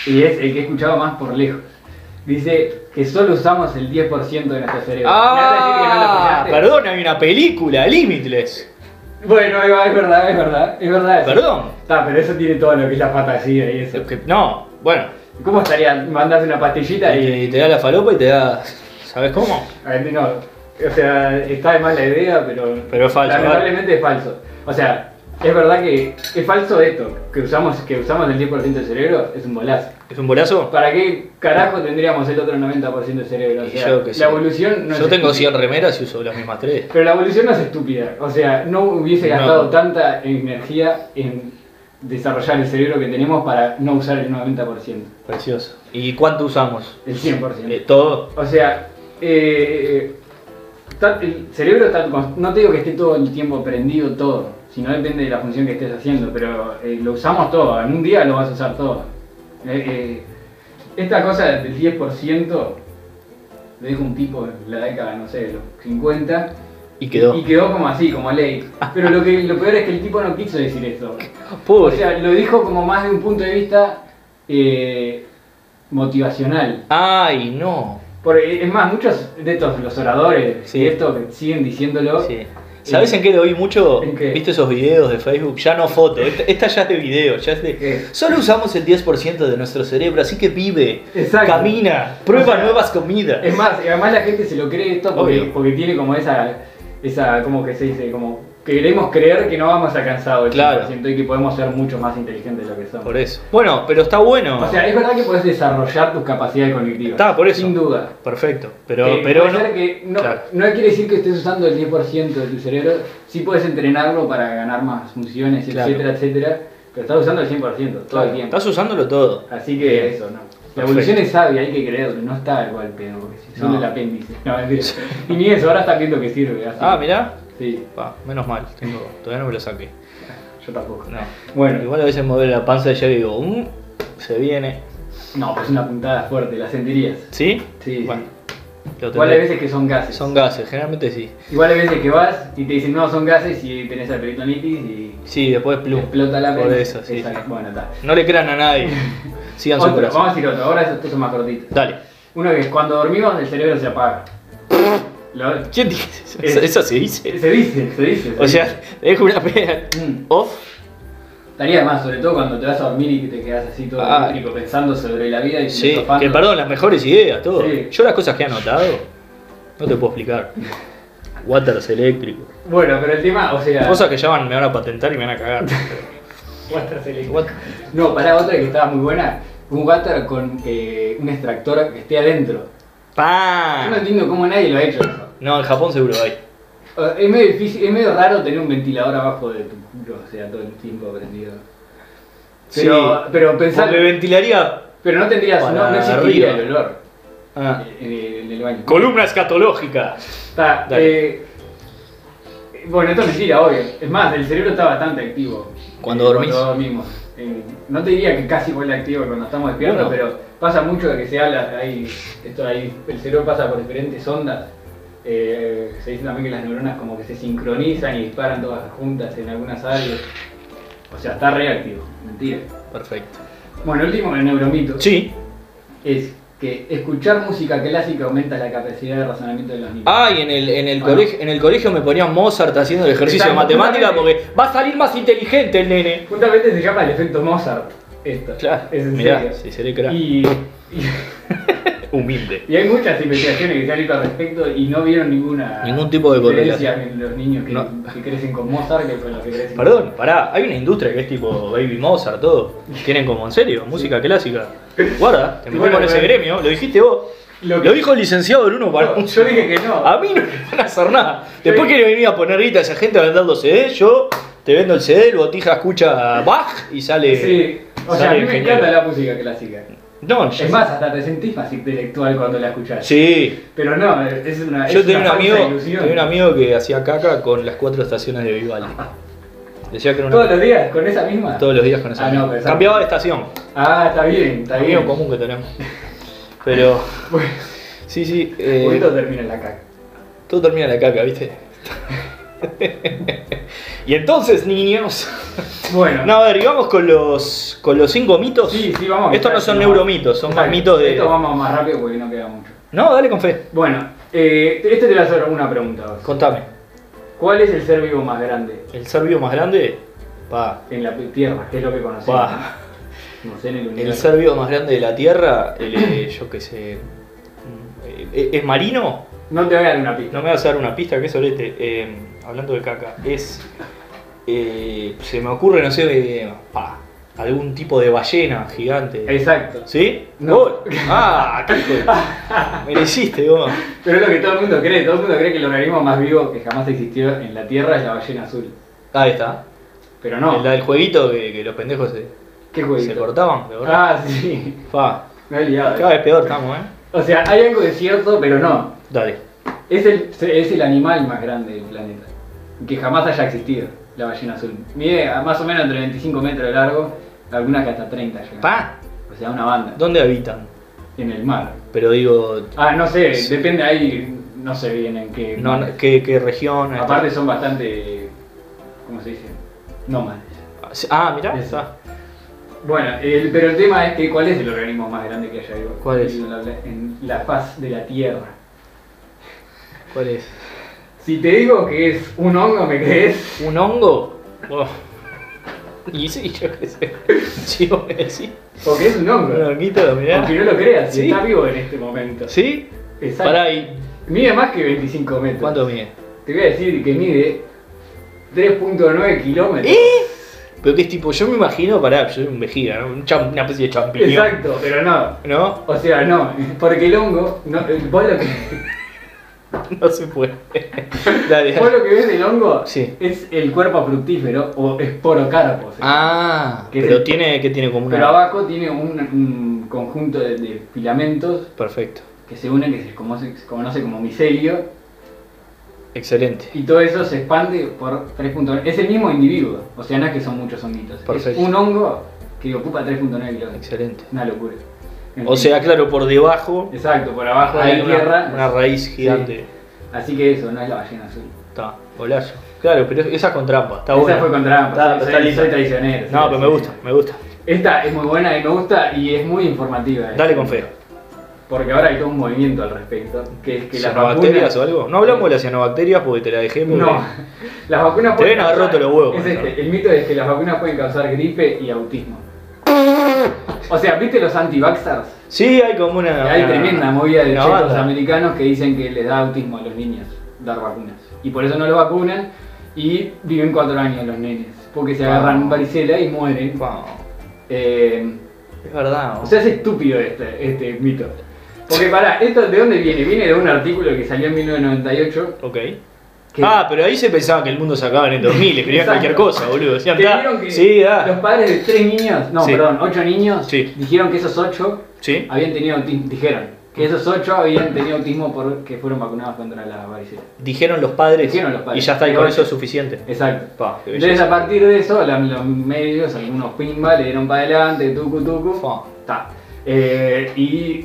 Speaker 2: Y es el que he escuchado más por lejos. Dice que solo usamos el 10% de nuestro
Speaker 1: Eh,
Speaker 2: cerebro. ¿Me vas a decir que no lo
Speaker 1: Ah,
Speaker 2: escuchaste?
Speaker 1: perdón, hay una película, Limitless.
Speaker 2: Bueno, ahí va, es verdad, es verdad, es verdad. eso.
Speaker 1: Perdón.
Speaker 2: Está, pero eso tiene todo lo que es la fantasía y eso.
Speaker 1: Es que- No, bueno.
Speaker 2: ¿Cómo estaría mandarse una pastillita y
Speaker 1: Y te da la falopa y te da. ¿Sabes cómo?
Speaker 2: A ver, no, o sea, está de mala idea, pero.
Speaker 1: Pero es falso,
Speaker 2: Lamentablemente es falso. O sea, es verdad que es falso esto, que usamos, que usamos el 10% del cerebro, es un bolazo.
Speaker 1: ¿Es un bolazo?
Speaker 2: ¿Para qué carajo tendríamos el otro 90% del cerebro? O
Speaker 1: Y
Speaker 2: sea,
Speaker 1: yo que
Speaker 2: la
Speaker 1: sé.
Speaker 2: evolución no
Speaker 1: Yo
Speaker 2: es
Speaker 1: tengo
Speaker 2: estúpida.
Speaker 1: 100 remeras y uso las mismas tres.
Speaker 2: Pero la evolución no es estúpida. O sea, no hubiese gastado
Speaker 1: No.
Speaker 2: tanta energía en desarrollar el cerebro que tenemos para no usar el 90%,
Speaker 1: Precioso. ¿Y cuánto usamos?
Speaker 2: el 100%.
Speaker 1: Eh, todo.
Speaker 2: O sea, eh, tal- el cerebro está, con- no te digo que esté todo el tiempo prendido todo, sino depende de la función que estés haciendo, pero eh, lo usamos todo, en un día lo vas a usar todo. Eh, eh, esta cosa del 10% lo dijo un tipo en la década, no sé, de los 50,
Speaker 1: Y quedó.
Speaker 2: y quedó como así, como ley. Pero lo, que, lo peor es que el tipo no quiso decir esto. O
Speaker 1: Pobre.
Speaker 2: sea, lo dijo como más de un punto de vista eh, motivacional.
Speaker 1: Ay, no.
Speaker 2: Porque, es más, muchos de estos, los oradores
Speaker 1: Sí.
Speaker 2: y esto que siguen diciéndolo,
Speaker 1: Sí. ¿Sabes en qué lo vi mucho?
Speaker 2: ¿En qué?
Speaker 1: ¿Viste esos videos de Facebook? Ya no foto, esta, esta ya es de video, ya es de-
Speaker 2: ¿Qué?
Speaker 1: Solo usamos el 10% de nuestro cerebro, así que vive,
Speaker 2: Exacto.
Speaker 1: camina,
Speaker 2: O
Speaker 1: prueba
Speaker 2: sea,
Speaker 1: nuevas comidas.
Speaker 2: es más, y además la gente se lo cree esto porque,
Speaker 1: Obvio.
Speaker 2: porque tiene como esa, esa, como que se dice, como queremos creer que no vamos alcanzado el
Speaker 1: Claro.
Speaker 2: 100% y que podemos ser mucho más inteligentes de lo que somos.
Speaker 1: Por eso. Bueno, pero está bueno.
Speaker 2: O sea, es verdad que puedes desarrollar tus capacidades cognitivas.
Speaker 1: Está, por eso.
Speaker 2: Sin duda.
Speaker 1: Perfecto. Pero,
Speaker 2: Eh,
Speaker 1: pero
Speaker 2: puede
Speaker 1: no.
Speaker 2: ser que no,
Speaker 1: Claro.
Speaker 2: no quiere decir que estés usando el 10% de tu cerebro, sí puedes entrenarlo para ganar más funciones,
Speaker 1: Claro.
Speaker 2: etcétera, etcétera, pero estás usando el 100% todo el tiempo.
Speaker 1: Estás usándolo todo.
Speaker 2: Así que eso, no. La
Speaker 1: Perfecto.
Speaker 2: evolución es sabia, hay que creerlo, no está al golpe, pedo, porque si solo
Speaker 1: No.
Speaker 2: el apéndice. No, mentira. *laughs* Y ni eso, ahora está viendo que sirve. Así.
Speaker 1: Ah, mirá.
Speaker 2: Sí,
Speaker 1: Pa, menos mal, tengo, todavía no me lo saqué.
Speaker 2: yo tampoco.
Speaker 1: No.
Speaker 2: Bueno.
Speaker 1: Igual a veces mover la panza de Jerry y digo, "Mm, se viene.
Speaker 2: No, pero es una puntada fuerte, la sentirías.
Speaker 1: ¿Sí?
Speaker 2: Sí,
Speaker 1: Bueno, lo
Speaker 2: Igual hay
Speaker 1: tendré.
Speaker 2: veces que son gases.
Speaker 1: Son gases, generalmente sí.
Speaker 2: Igual hay veces que vas y te dicen, no, son gases y tenés la peritonitis y
Speaker 1: Sí, después plum.
Speaker 2: explota la
Speaker 1: Por
Speaker 2: pena.
Speaker 1: eso, sí.
Speaker 2: Esa- bueno, está.
Speaker 1: No le crean
Speaker 2: *laughs*
Speaker 1: a nadie. Sigan su
Speaker 2: Otro, vamos
Speaker 1: corazón.
Speaker 2: a decir otro, ahora estos son más cortitos.
Speaker 1: Dale.
Speaker 2: Uno que es cuando dormimos el cerebro se apaga.
Speaker 1: *laughs*
Speaker 2: Lo-
Speaker 1: ¿Quién dice eso? eso? eso se dice.
Speaker 2: se dice, se dice. se
Speaker 1: O sea, dejo una pena
Speaker 2: dice. Mm.
Speaker 1: off.
Speaker 2: Estaría más, sobre todo cuando te vas a dormir y que te quedas así todo
Speaker 1: Ah.
Speaker 2: eléctrico pensando sobre la vida y
Speaker 1: Sí,
Speaker 2: filosofando.
Speaker 1: que perdón, las mejores ideas, todo.
Speaker 2: Sí.
Speaker 1: Yo las cosas que he anotado, no te puedo explicar. Waters eléctrico.
Speaker 2: Bueno, pero el tema, o sea.
Speaker 1: Cosas que ya van, me van a patentar y me van a cagar.
Speaker 2: Water se le-
Speaker 1: What-
Speaker 2: No, para otra que estaba muy buena. Un water con eh, un extractor que esté adentro. Yo no
Speaker 1: ¡Pam!
Speaker 2: entiendo cómo nadie lo ha hecho eso.
Speaker 1: No, en Japón seguro hay.
Speaker 2: Eh, Es medio difícil, es medio raro tener un ventilador abajo de tu culo, o sea, todo el tiempo prendido. Pero,
Speaker 1: Sí.
Speaker 2: pero pensar,
Speaker 1: Me ventilaría.
Speaker 2: pero no tendrías,
Speaker 1: para
Speaker 2: no, no existiría
Speaker 1: arriba.
Speaker 2: el olor
Speaker 1: Ah.
Speaker 2: en el, en el baño.
Speaker 1: Columna escatológica.
Speaker 2: Está,
Speaker 1: Dale.
Speaker 2: eh, bueno, esto es mentira, obvio. Es más, el cerebro está bastante activo.
Speaker 1: Cuando
Speaker 2: eh,
Speaker 1: dormís.
Speaker 2: Cuando dormimos. Eh, no te diría que casi vuelve activo cuando estamos despiertos,
Speaker 1: Bueno.
Speaker 2: pero pasa mucho de que se habla ahí, esto ahí, el cerebro pasa por diferentes ondas. Eh, se dice también que las neuronas como que se sincronizan y disparan todas juntas en algunas áreas. O sea, está reactivo, mentira.
Speaker 1: Perfecto.
Speaker 2: Bueno, el último, el neuromito,
Speaker 1: Sí.
Speaker 2: es que escuchar música clásica aumenta la capacidad de razonamiento de los niños.
Speaker 1: Ay, en el, en, el
Speaker 2: Ah.
Speaker 1: colegio, en el colegio me ponían Mozart haciendo el ejercicio de
Speaker 2: Exacto,
Speaker 1: matemática
Speaker 2: justamente.
Speaker 1: porque va a salir más inteligente el nene.
Speaker 2: Justamente se llama el efecto Mozart. Esto.
Speaker 1: Claro,
Speaker 2: Es en
Speaker 1: mirá,
Speaker 2: serio.
Speaker 1: si seré crack.
Speaker 2: Y, y,
Speaker 1: Humilde.
Speaker 2: y hay muchas investigaciones que se han hecho al respecto y no vieron ninguna
Speaker 1: Ningún tipo de
Speaker 2: diferencia en los niños que,
Speaker 1: No.
Speaker 2: que crecen con Mozart que con los que crecen
Speaker 1: Perdón, pará, hay una industria que es tipo Baby Mozart, todo. Tienen como en serio,
Speaker 2: *laughs*
Speaker 1: música clásica. Guarda, te metí
Speaker 2: Bueno,
Speaker 1: con ese
Speaker 2: bueno.
Speaker 1: gremio, lo dijiste vos.
Speaker 2: Lo
Speaker 1: Lo,
Speaker 2: que-
Speaker 1: dijo el licenciado Bruno para
Speaker 2: No, yo dije que no.
Speaker 1: A mí no me van a hacer nada. Después que venía a poner guita a esa gente vendiendo CD, yo te vendo el CD, el botija escucha Bach y sale.
Speaker 2: con... Sí. O sea, a
Speaker 1: sale
Speaker 2: mí me
Speaker 1: ingeniero.
Speaker 2: encanta la música clásica.
Speaker 1: No, ya-
Speaker 2: Es más, hasta te sentís más intelectual cuando la escuchás.
Speaker 1: Sí,
Speaker 2: Pero no, es una.
Speaker 1: Yo
Speaker 2: es
Speaker 1: tenía un,
Speaker 2: una falsa
Speaker 1: amigo,
Speaker 2: ilusión.
Speaker 1: tenía un amigo que hacía caca con las cuatro estaciones de Vivaldi. Decía que era una
Speaker 2: Todos los días, con esa misma.
Speaker 1: todos los días con esa.
Speaker 2: Ah, no, pero esa-
Speaker 1: Cambiaba de estación.
Speaker 2: Ah, está bien, está
Speaker 1: Amigo
Speaker 2: bien.
Speaker 1: común que tenemos. Pero
Speaker 2: Bueno,
Speaker 1: sí, sí, eh,
Speaker 2: poquito termina la caca.
Speaker 1: todo termina en la caca, ¿viste? y entonces, niños,
Speaker 2: Bueno.
Speaker 1: no, a ver, y vamos con los con los cinco mitos.
Speaker 2: Sí, sí, vamos.
Speaker 1: Estos no son neuromitos, son más
Speaker 2: Dale,
Speaker 1: mitos de
Speaker 2: Estos vamos más rápido porque no queda mucho.
Speaker 1: No, dale con fe.
Speaker 2: Bueno, eh, este te voy a hacer una pregunta. a vos.
Speaker 1: Contame.
Speaker 2: ¿Cuál es el ser vivo más grande
Speaker 1: El ser vivo más grande, pa,
Speaker 2: en la Tierra? Que es lo que conocemos.
Speaker 1: pa.
Speaker 2: No sé, en el
Speaker 1: El
Speaker 2: universo.
Speaker 1: ser vivo más grande de la Tierra, el, eh, yo qué sé. mm, eh, ¿Es marino?
Speaker 2: No te voy a dar una pista.
Speaker 1: No me vas a dar una pista, que solete. Eh, hablando de caca, es. eh, se me ocurre, no sé, eh, pa, algún tipo de ballena gigante.
Speaker 2: Exacto.
Speaker 1: ¿Sí?
Speaker 2: No.
Speaker 1: Gol. ¡Ah! ¡Qué hijo de- Mereciste, vos.
Speaker 2: Pero es lo que todo el mundo cree. Todo el mundo cree que el organismo más vivo que jamás existió en la Tierra es la ballena azul.
Speaker 1: Ah, Ahí está.
Speaker 2: Pero
Speaker 1: El,
Speaker 2: no.
Speaker 1: del juego que, que los pendejos se,
Speaker 2: ¿Qué
Speaker 1: se
Speaker 2: jueguito?
Speaker 1: cortaban, de verdad.
Speaker 2: Ah, sí. *laughs*
Speaker 1: Pa,
Speaker 2: Me he liado. eh.
Speaker 1: cada vez peor estamos, ¿eh?
Speaker 2: O sea, hay algo de cierto, pero no.
Speaker 1: Dale.
Speaker 2: Es el, es el animal más grande del planeta, que jamás haya existido, la ballena azul. Mide a más o menos entre 25 metros de largo, algunas que hasta 30 llegan.
Speaker 1: Pa.
Speaker 2: O sea, una banda,
Speaker 1: ¿Dónde habitan?
Speaker 2: en el mar.
Speaker 1: Pero digo,
Speaker 2: Ah, no sé, depende ahí, no sé bien en qué.
Speaker 1: no, no, ¿qué, qué región?
Speaker 2: Aparte son bastante, ¿cómo se dice? Nómadas.
Speaker 1: Ah, mirá.
Speaker 2: Eso.
Speaker 1: ah.
Speaker 2: Bueno, el- pero el tema es que ¿cuál es el organismo más grande que haya vivo?
Speaker 1: ¿Cuál es?
Speaker 2: En la, en la faz de la Tierra.
Speaker 1: ¿Cuál es?
Speaker 2: Si te digo que es un hongo, ¿me crees?
Speaker 1: ¿Un hongo? Oh. *laughs* Y sí, yo qué sé. *laughs* Si vos me decís.
Speaker 2: Porque es un hongo.
Speaker 1: Un honguito, mirá.
Speaker 2: Aunque no lo creas,
Speaker 1: Sí.
Speaker 2: está vivo en este momento.
Speaker 1: ¿Sí?
Speaker 2: Exacto.
Speaker 1: Pará ahí.
Speaker 2: Mide más que 25 metros.
Speaker 1: ¿Cuánto mide?
Speaker 2: Te voy a decir que mide 3.9 kilómetros.
Speaker 1: ¿Eh? Pero que es tipo, yo me imagino, pará, yo soy un vejiga, ¿no? Un cham- una especie de champiñón.
Speaker 2: Exacto, pero no.
Speaker 1: ¿No?
Speaker 2: O sea, no, porque el hongo, no, vos, lo
Speaker 1: *laughs*
Speaker 2: que,
Speaker 1: No se puede.
Speaker 2: *laughs*
Speaker 1: Dale,
Speaker 2: vos
Speaker 1: dale.
Speaker 2: lo que ves del hongo
Speaker 1: Sí.
Speaker 2: es el cuerpo fructífero o esporocarpo. se llama.
Speaker 1: Ah,
Speaker 2: ¿Qué
Speaker 1: pero
Speaker 2: es?
Speaker 1: tiene, que tiene como una.
Speaker 2: Pero abajo tiene un, un conjunto de, de filamentos
Speaker 1: Perfecto.
Speaker 2: que se unen, que se conoce, se conoce como micelio,
Speaker 1: Excelente.
Speaker 2: y todo eso se expande por 3.9. Es el mismo individuo, o sea, no es que son muchos honguitos.
Speaker 1: Perfecto.
Speaker 2: Es un hongo que ocupa 3.9 kilómetros.
Speaker 1: Excelente.
Speaker 2: Una locura. En
Speaker 1: O
Speaker 2: fin.
Speaker 1: sea, claro, por debajo
Speaker 2: Exacto, por abajo de
Speaker 1: hay
Speaker 2: la
Speaker 1: una,
Speaker 2: tierra.
Speaker 1: una raíz gigante.
Speaker 2: Así que eso, no es la ballena azul.
Speaker 1: Está, golazo. Claro, pero esa es con trampa, está
Speaker 2: Esa
Speaker 1: buena.
Speaker 2: fue con trampa, soy-
Speaker 1: Está- está
Speaker 2: soy,
Speaker 1: lista.
Speaker 2: soy traicionero.
Speaker 1: No,
Speaker 2: soy
Speaker 1: pero me
Speaker 2: traicionero.
Speaker 1: gusta, me gusta.
Speaker 2: Esta es muy buena y me gusta y es muy informativa. eh.
Speaker 1: Dale con fe.
Speaker 2: Porque ahora hay todo un movimiento al respecto, que es que las vacunas...
Speaker 1: ¿Cianobacterias
Speaker 2: Eh,
Speaker 1: o algo? No hablamos de las cianobacterias porque te la dejé. porque-
Speaker 2: No, las vacunas
Speaker 1: Te deben haber roto los huevos,
Speaker 2: Es
Speaker 1: ¿no?
Speaker 2: este, el mito es que las vacunas pueden causar gripe y autismo. O sea, ¿viste los anti-vaxxers?
Speaker 1: Sí, hay como una.
Speaker 2: Hay
Speaker 1: una-
Speaker 2: tremenda movida de
Speaker 1: una
Speaker 2: chetos
Speaker 1: banda.
Speaker 2: americanos que dicen que les da autismo a los niños dar vacunas. Y por eso no los vacunan y viven cuatro años los nenes. Porque se
Speaker 1: Ah.
Speaker 2: agarran varicela y mueren.
Speaker 1: Wow,
Speaker 2: Eh,
Speaker 1: Es verdad.
Speaker 2: o sea, es estúpido este, este mito. Porque pará, ¿esto de dónde viene? Viene de un artículo que salió en 1998.
Speaker 1: ok.
Speaker 2: Que,
Speaker 1: Ah, pero ahí se pensaba que el mundo se acababa en el 2000, escribían
Speaker 2: Exacto.
Speaker 1: cualquier cosa, boludo. Decían,
Speaker 2: que
Speaker 1: "Ta,
Speaker 2: vieron que
Speaker 1: sí, da.
Speaker 2: los padres de tres niños, no,
Speaker 1: Sí.
Speaker 2: perdón, ocho niños,
Speaker 1: Sí.
Speaker 2: dijeron que esos ocho
Speaker 1: Sí,
Speaker 2: habían tenido autismo. Dijeron que esos ocho habían tenido autismo porque fueron vacunados contra la varicela.
Speaker 1: dijeron los padres.
Speaker 2: Dijeron los padres.
Speaker 1: Y ya está, y
Speaker 2: Pero
Speaker 1: con
Speaker 2: bueno.
Speaker 1: eso es suficiente.
Speaker 2: Exacto.
Speaker 1: Pa, qué
Speaker 2: Entonces
Speaker 1: belleza.
Speaker 2: a partir de eso, la- los medios, algunos pinball, le dieron para adelante, tucu tucu. Ta. Eh, y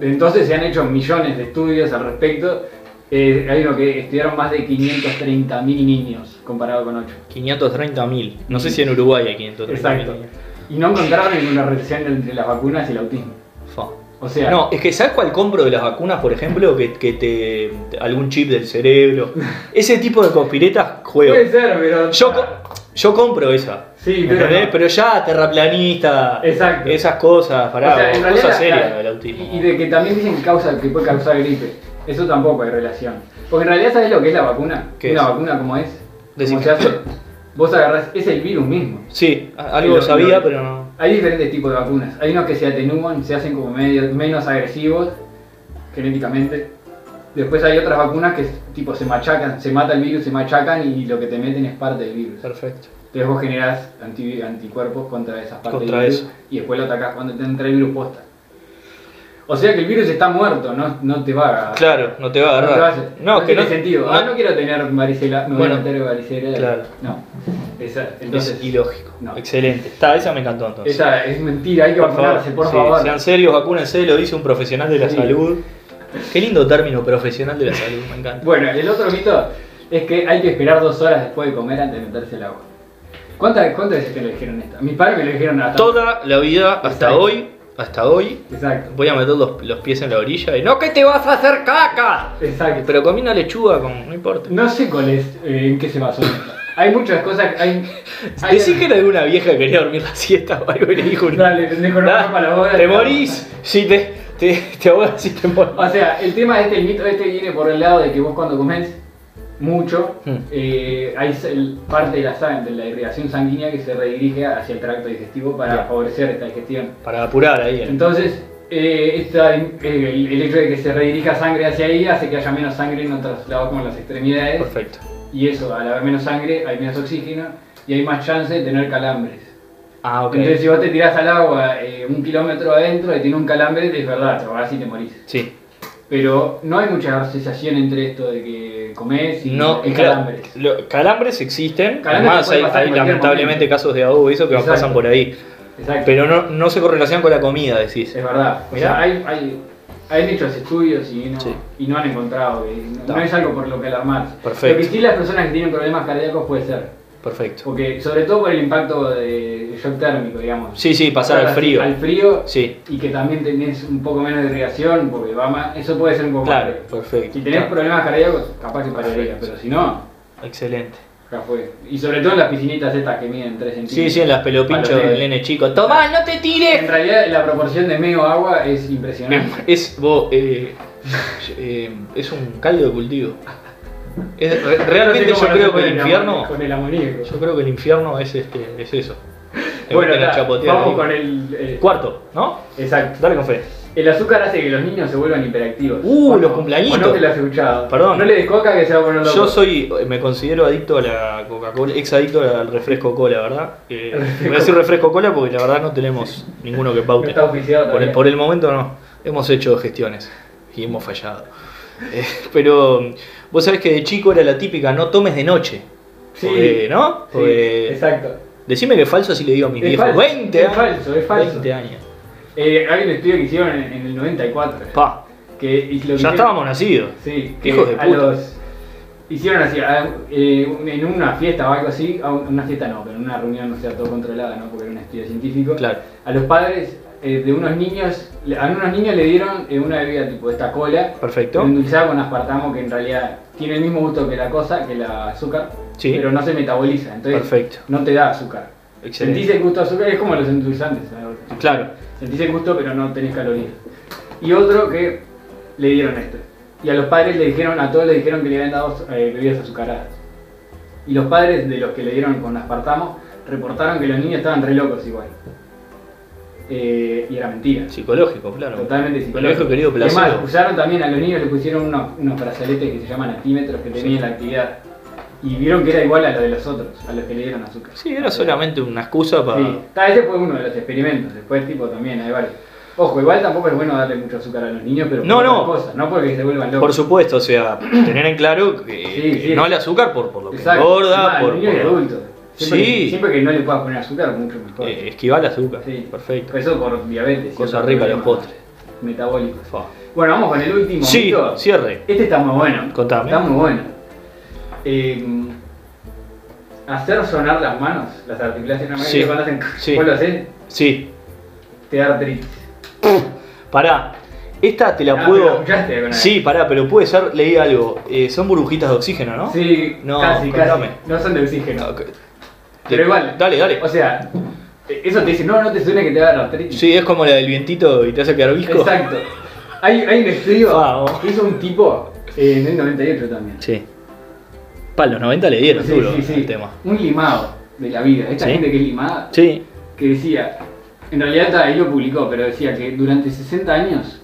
Speaker 2: entonces se han hecho millones de estudios al respecto. Eh, hay uno que estudiaron más de 530.000 niños comparado con 8.
Speaker 1: 530.000. No sé si en Uruguay hay 530.000.
Speaker 2: Exacto. Y no encontraron ninguna relación entre las vacunas y el autismo.
Speaker 1: Fa.
Speaker 2: O sea,
Speaker 1: No, es que ¿sabes cuál compro de las vacunas, por ejemplo? Que, que te. algún chip del cerebro. Ese tipo de conspiretas
Speaker 2: puede
Speaker 1: juego.
Speaker 2: ser, pero.
Speaker 1: Yo, co- yo compro esa.
Speaker 2: Pues, Sí, pero
Speaker 1: ¿entendés?
Speaker 2: no.
Speaker 1: Pero ya terraplanista.
Speaker 2: Exacto.
Speaker 1: Esas cosas, pará,
Speaker 2: O sea, en
Speaker 1: vos,
Speaker 2: realidad,
Speaker 1: cosas serias
Speaker 2: claro,
Speaker 1: del autismo.
Speaker 2: Y, y de que también dicen que, causa, que puede causar gripe. Eso tampoco hay relación. Porque en realidad, ¿sabes lo que es la vacuna?
Speaker 1: ¿Qué
Speaker 2: ¿Una
Speaker 1: es?
Speaker 2: vacuna como es? ¿Cómo
Speaker 1: Decime.
Speaker 2: se hace? Vos agarrás, es el virus mismo.
Speaker 1: Sí, a-
Speaker 2: Y
Speaker 1: algo
Speaker 2: lo-
Speaker 1: sabía,
Speaker 2: lo-
Speaker 1: pero no.
Speaker 2: Hay diferentes tipos de vacunas. Hay unos que se atenúan, se hacen como medio, menos agresivos genéticamente. Después hay otras vacunas que tipo se machacan, se mata el virus, se machacan y lo que te meten es parte del virus.
Speaker 1: Perfecto.
Speaker 2: Entonces vos generás anti- anticuerpos contra esas partes
Speaker 1: Contra
Speaker 2: del virus
Speaker 1: eso.
Speaker 2: y después lo atacás cuando te entra el virus posta. O sea que el virus está muerto, no, no te va a...
Speaker 1: Claro, no te va a
Speaker 2: no te va a
Speaker 1: agarrar.
Speaker 2: hacer-
Speaker 1: No, que
Speaker 2: tiene
Speaker 1: no.
Speaker 2: sentido.
Speaker 1: no-
Speaker 2: ah, no quiero tener varicela, me
Speaker 1: Bueno,
Speaker 2: voy a meter varicela.
Speaker 1: claro.
Speaker 2: No. Esa, entonces,
Speaker 1: es ilógico.
Speaker 2: No.
Speaker 1: Excelente. Está, esa me encantó entonces.
Speaker 2: esa es mentira, hay que vacunarse, por
Speaker 1: sí,
Speaker 2: favor.
Speaker 1: Sean serios, vacúnense, lo dice un profesional de la
Speaker 2: Sí.
Speaker 1: salud. Qué lindo término, profesional de la salud, me encanta.
Speaker 2: Bueno, el otro mito es que hay que esperar dos horas después de comer antes de meterse el agua. ¿Cuántas, cuántas veces te lo dijeron esta? Mis padres me lo dijeron hasta...
Speaker 1: Toda la vida, hasta
Speaker 2: Exacto.
Speaker 1: hoy, hasta hoy,
Speaker 2: Exacto,
Speaker 1: voy a meter los, los pies en la orilla y no que te vas a hacer caca.
Speaker 2: exacto.
Speaker 1: Pero comí una lechuga con. no importa.
Speaker 2: No sé cuál es, eh, en qué se basó. esto. Hay muchas cosas, hay... hay
Speaker 1: Decí que era de una vieja que quería dormir la siesta o algo y le dijo un-
Speaker 2: Dale, pendejo, no
Speaker 1: "Nah,
Speaker 2: rompa la bola.
Speaker 1: Te morís, si te. te, te ahogas si te morís.
Speaker 2: O sea, el tema de este el mito este viene por el lado de que vos cuando comés mucho,
Speaker 1: Hmm.
Speaker 2: eh, hay sal- parte de la sangre, de la irrigación sanguínea que se redirige hacia el tracto digestivo para
Speaker 1: Bien.
Speaker 2: favorecer esta digestión.
Speaker 1: Para apurar ahí. el-
Speaker 2: Entonces, eh, esta- eh, el, el hecho de que se redirija sangre hacia ahí hace que haya menos sangre en otros lados como en las extremidades.
Speaker 1: Perfecto.
Speaker 2: Y eso, al haber menos sangre, hay menos oxígeno y hay más chance de tener calambres.
Speaker 1: Ah, ok.
Speaker 2: Entonces, si vos te tirás al agua eh, un kilómetro adentro y tiene un calambre, es verdad, te ahogás y te morís.
Speaker 1: Sí.
Speaker 2: Pero no hay mucha asociación entre esto de que comes y,
Speaker 1: No,
Speaker 2: y
Speaker 1: claro,
Speaker 2: calambres.
Speaker 1: lo- calambres existen,
Speaker 2: Calambres
Speaker 1: además
Speaker 2: puede
Speaker 1: hay,
Speaker 2: pasar
Speaker 1: hay
Speaker 2: en cualquier
Speaker 1: lamentablemente
Speaker 2: momento.
Speaker 1: casos de ahogo y eso que
Speaker 2: Exacto.
Speaker 1: pasan por ahí.
Speaker 2: Exacto.
Speaker 1: Pero no, no se correlacionan con la comida, decís.
Speaker 2: Es verdad. O
Speaker 1: Mirá.
Speaker 2: sea, hay, hay, han hecho los estudios y no,
Speaker 1: Sí.
Speaker 2: y no han encontrado. que no,
Speaker 1: Está.
Speaker 2: no es algo por lo que alarmarse.
Speaker 1: Perfecto.
Speaker 2: Lo que sí las personas que tienen problemas cardíacos puede ser.
Speaker 1: Perfecto.
Speaker 2: Porque, sobre todo por el impacto de- del shock térmico, digamos.
Speaker 1: Sí, sí, pasar al
Speaker 2: Ahora,
Speaker 1: frío.
Speaker 2: Al frío
Speaker 1: Sí,
Speaker 2: y que también tenés un poco menos de irrigación, porque va más, eso puede ser un poco
Speaker 1: claro,
Speaker 2: más.
Speaker 1: perfecto.
Speaker 2: Si tenés
Speaker 1: Claro,
Speaker 2: problemas cardíacos, capaz que pararía,
Speaker 1: Perfecto.
Speaker 2: pero si no,
Speaker 1: Excelente.
Speaker 2: ya fue. Y sobre todo en las piscinitas estas que miden 3 centímetros.
Speaker 1: Sí, sí, en las pelopinchos
Speaker 2: Palote.
Speaker 1: del nene chico. ¡Tomá, no te
Speaker 2: En
Speaker 1: tires!
Speaker 2: realidad, la proporción de medio agua es impresionante.
Speaker 1: Es, vos, eh, *laughs* eh, es un caldo de cultivo.
Speaker 2: *laughs*
Speaker 1: Es- re- *laughs* realmente
Speaker 2: No sé
Speaker 1: yo
Speaker 2: cómo
Speaker 1: creo
Speaker 2: lo
Speaker 1: que el
Speaker 2: hacen con
Speaker 1: infierno...
Speaker 2: amoni- Con el amoníaco.
Speaker 1: Yo creo que el infierno es, este, es eso. Te
Speaker 2: Bueno,
Speaker 1: meten la
Speaker 2: ta,
Speaker 1: chapoteada
Speaker 2: vamos
Speaker 1: ahí.
Speaker 2: con el, el-
Speaker 1: Cuarto, ¿no?
Speaker 2: Exacto.
Speaker 1: Dale con fe.
Speaker 2: El azúcar hace que los niños se vuelvan hiperactivos.
Speaker 1: Uh,
Speaker 2: ¿O
Speaker 1: los
Speaker 2: no?
Speaker 1: cumpleañitos.
Speaker 2: ¿O no te lo has escuchado?
Speaker 1: Perdón.
Speaker 2: No le des coca que se va a poner loco.
Speaker 1: Yo soy, eh, me considero adicto a la Coca-Cola, ex adicto al refresco cola, ¿verdad? Eh, voy a decir refresco cola porque la verdad no tenemos ninguno que
Speaker 2: No está eh.
Speaker 1: paute.
Speaker 2: oficiado
Speaker 1: Por
Speaker 2: todavía.
Speaker 1: el, por el momento no. Hemos hecho gestiones y hemos fallado. Eh, pero vos sabés que de chico era la típica, no tomes de noche.
Speaker 2: Sí.
Speaker 1: Porque, ¿No?
Speaker 2: Sí,
Speaker 1: Porque-
Speaker 2: exacto.
Speaker 1: decime que es falso si le digo a mis
Speaker 2: Es
Speaker 1: viejos.
Speaker 2: falso,
Speaker 1: 20
Speaker 2: es
Speaker 1: años.
Speaker 2: falso, es falso.
Speaker 1: 20 años.
Speaker 2: Eh, hay un estudio que hicieron en, en el 94.
Speaker 1: Pa,
Speaker 2: Que, y lo que
Speaker 1: ya
Speaker 2: hicieron-
Speaker 1: estábamos nacidos.
Speaker 2: Sí,
Speaker 1: Qué hijos de
Speaker 2: a
Speaker 1: puta.
Speaker 2: los- hicieron así, a- eh, en una fiesta o algo así, a un- una fiesta no, pero en una reunión, no sea, todo controlada, ¿no? Porque era un estudio científico.
Speaker 1: Claro.
Speaker 2: A los padres eh, de unos niños, le- a unos niños le dieron eh, una bebida tipo esta cola,
Speaker 1: Perfecto.
Speaker 2: endulzada con aspartamo, que en realidad tiene el mismo gusto que la cosa, que la azúcar,
Speaker 1: Sí.
Speaker 2: pero no se metaboliza, entonces
Speaker 1: Perfecto.
Speaker 2: no te da azúcar.
Speaker 1: Excelente.
Speaker 2: Sentís el gusto de azúcar, es como los endulzantes. ¿no?
Speaker 1: Claro.
Speaker 2: Sentís el gusto pero no tenés calorías. Y otro que le dieron esto. Y a los padres le dijeron, a todos le dijeron que le habían dado eh, bebidas azucaradas. Y los padres de los que le dieron con aspartamo reportaron que los niños estaban re locos igual. Eh, y era mentira.
Speaker 1: Psicológico, claro.
Speaker 2: Totalmente
Speaker 1: Psicológico, querido
Speaker 2: Y
Speaker 1: placer.
Speaker 2: además, usaron también a los niños, le pusieron unos, unos brazaletes que se llaman actímetros que tenían la actividad. Y vieron que era igual a lo de los otros, a los que le dieron azúcar.
Speaker 1: Sí, era solamente una excusa para.
Speaker 2: Sí, Ta, ese fue uno de los experimentos. Después, tipo, también hay varios. Ojo, igual tampoco es bueno darle mucho azúcar a los niños, pero por
Speaker 1: No,
Speaker 2: otras
Speaker 1: no.
Speaker 2: cosas, no porque se vuelvan
Speaker 1: Por
Speaker 2: locos.
Speaker 1: supuesto,
Speaker 2: *clears throat*
Speaker 1: o sea, tener en claro que,
Speaker 2: Sí,
Speaker 1: que
Speaker 2: sí.
Speaker 1: no al azúcar por, por lo que
Speaker 2: Exacto.
Speaker 1: engorda,
Speaker 2: Encima,
Speaker 1: por,
Speaker 2: niños y
Speaker 1: por-
Speaker 2: adultos. Siempre,
Speaker 1: Sí.
Speaker 2: que, siempre que no le puedas poner azúcar, mucho mejor.
Speaker 1: eh, esquivar el azúcar.
Speaker 2: Sí. Pues,
Speaker 1: Perfecto.
Speaker 2: Eso por diabetes.
Speaker 1: Cosa
Speaker 2: ciertos
Speaker 1: rica los
Speaker 2: problemas
Speaker 1: postres.
Speaker 2: Metabólicos.
Speaker 1: Fa.
Speaker 2: Bueno, vamos con el último.
Speaker 1: Sí,
Speaker 2: mito.
Speaker 1: cierre.
Speaker 2: Este está muy bueno.
Speaker 1: Contame.
Speaker 2: Está muy bueno. Eh, hacer sonar las manos, las articulaciones
Speaker 1: Sí.
Speaker 2: que cuando hacen,
Speaker 1: Sí.
Speaker 2: vos lo hacés,
Speaker 1: Sí, *laughs*
Speaker 2: te da artritis.
Speaker 1: pará. Esta te la
Speaker 2: Ah, pero
Speaker 1: puedo.
Speaker 2: escuchaste alguna vez.
Speaker 1: Sí, pará, pero puede ser, leí algo. eh, son burbujitas de oxígeno, ¿no?
Speaker 2: Sí,
Speaker 1: No,
Speaker 2: casi,
Speaker 1: contame.
Speaker 2: casi. No son de oxígeno.
Speaker 1: Ok.
Speaker 2: Pero igual.
Speaker 1: Dale, dale.
Speaker 2: O sea, eh, eso te dice, no, no te suena que te va a dar artritis.
Speaker 1: Sí, es como la del vientito y te hace quedar visco.
Speaker 2: Exacto. Hay, hay un estudio
Speaker 1: Vamos.
Speaker 2: que hizo un tipo eh, en el 98 también.
Speaker 1: Sí. Pa, los 90 le dieron
Speaker 2: Sí,
Speaker 1: duro
Speaker 2: sí, sí.
Speaker 1: el tema.
Speaker 2: Un limado de la vida. Esta
Speaker 1: Sí.
Speaker 2: gente que es limada,
Speaker 1: Sí,
Speaker 2: que decía, en realidad está, ahí lo publicó, pero decía que durante 60 años,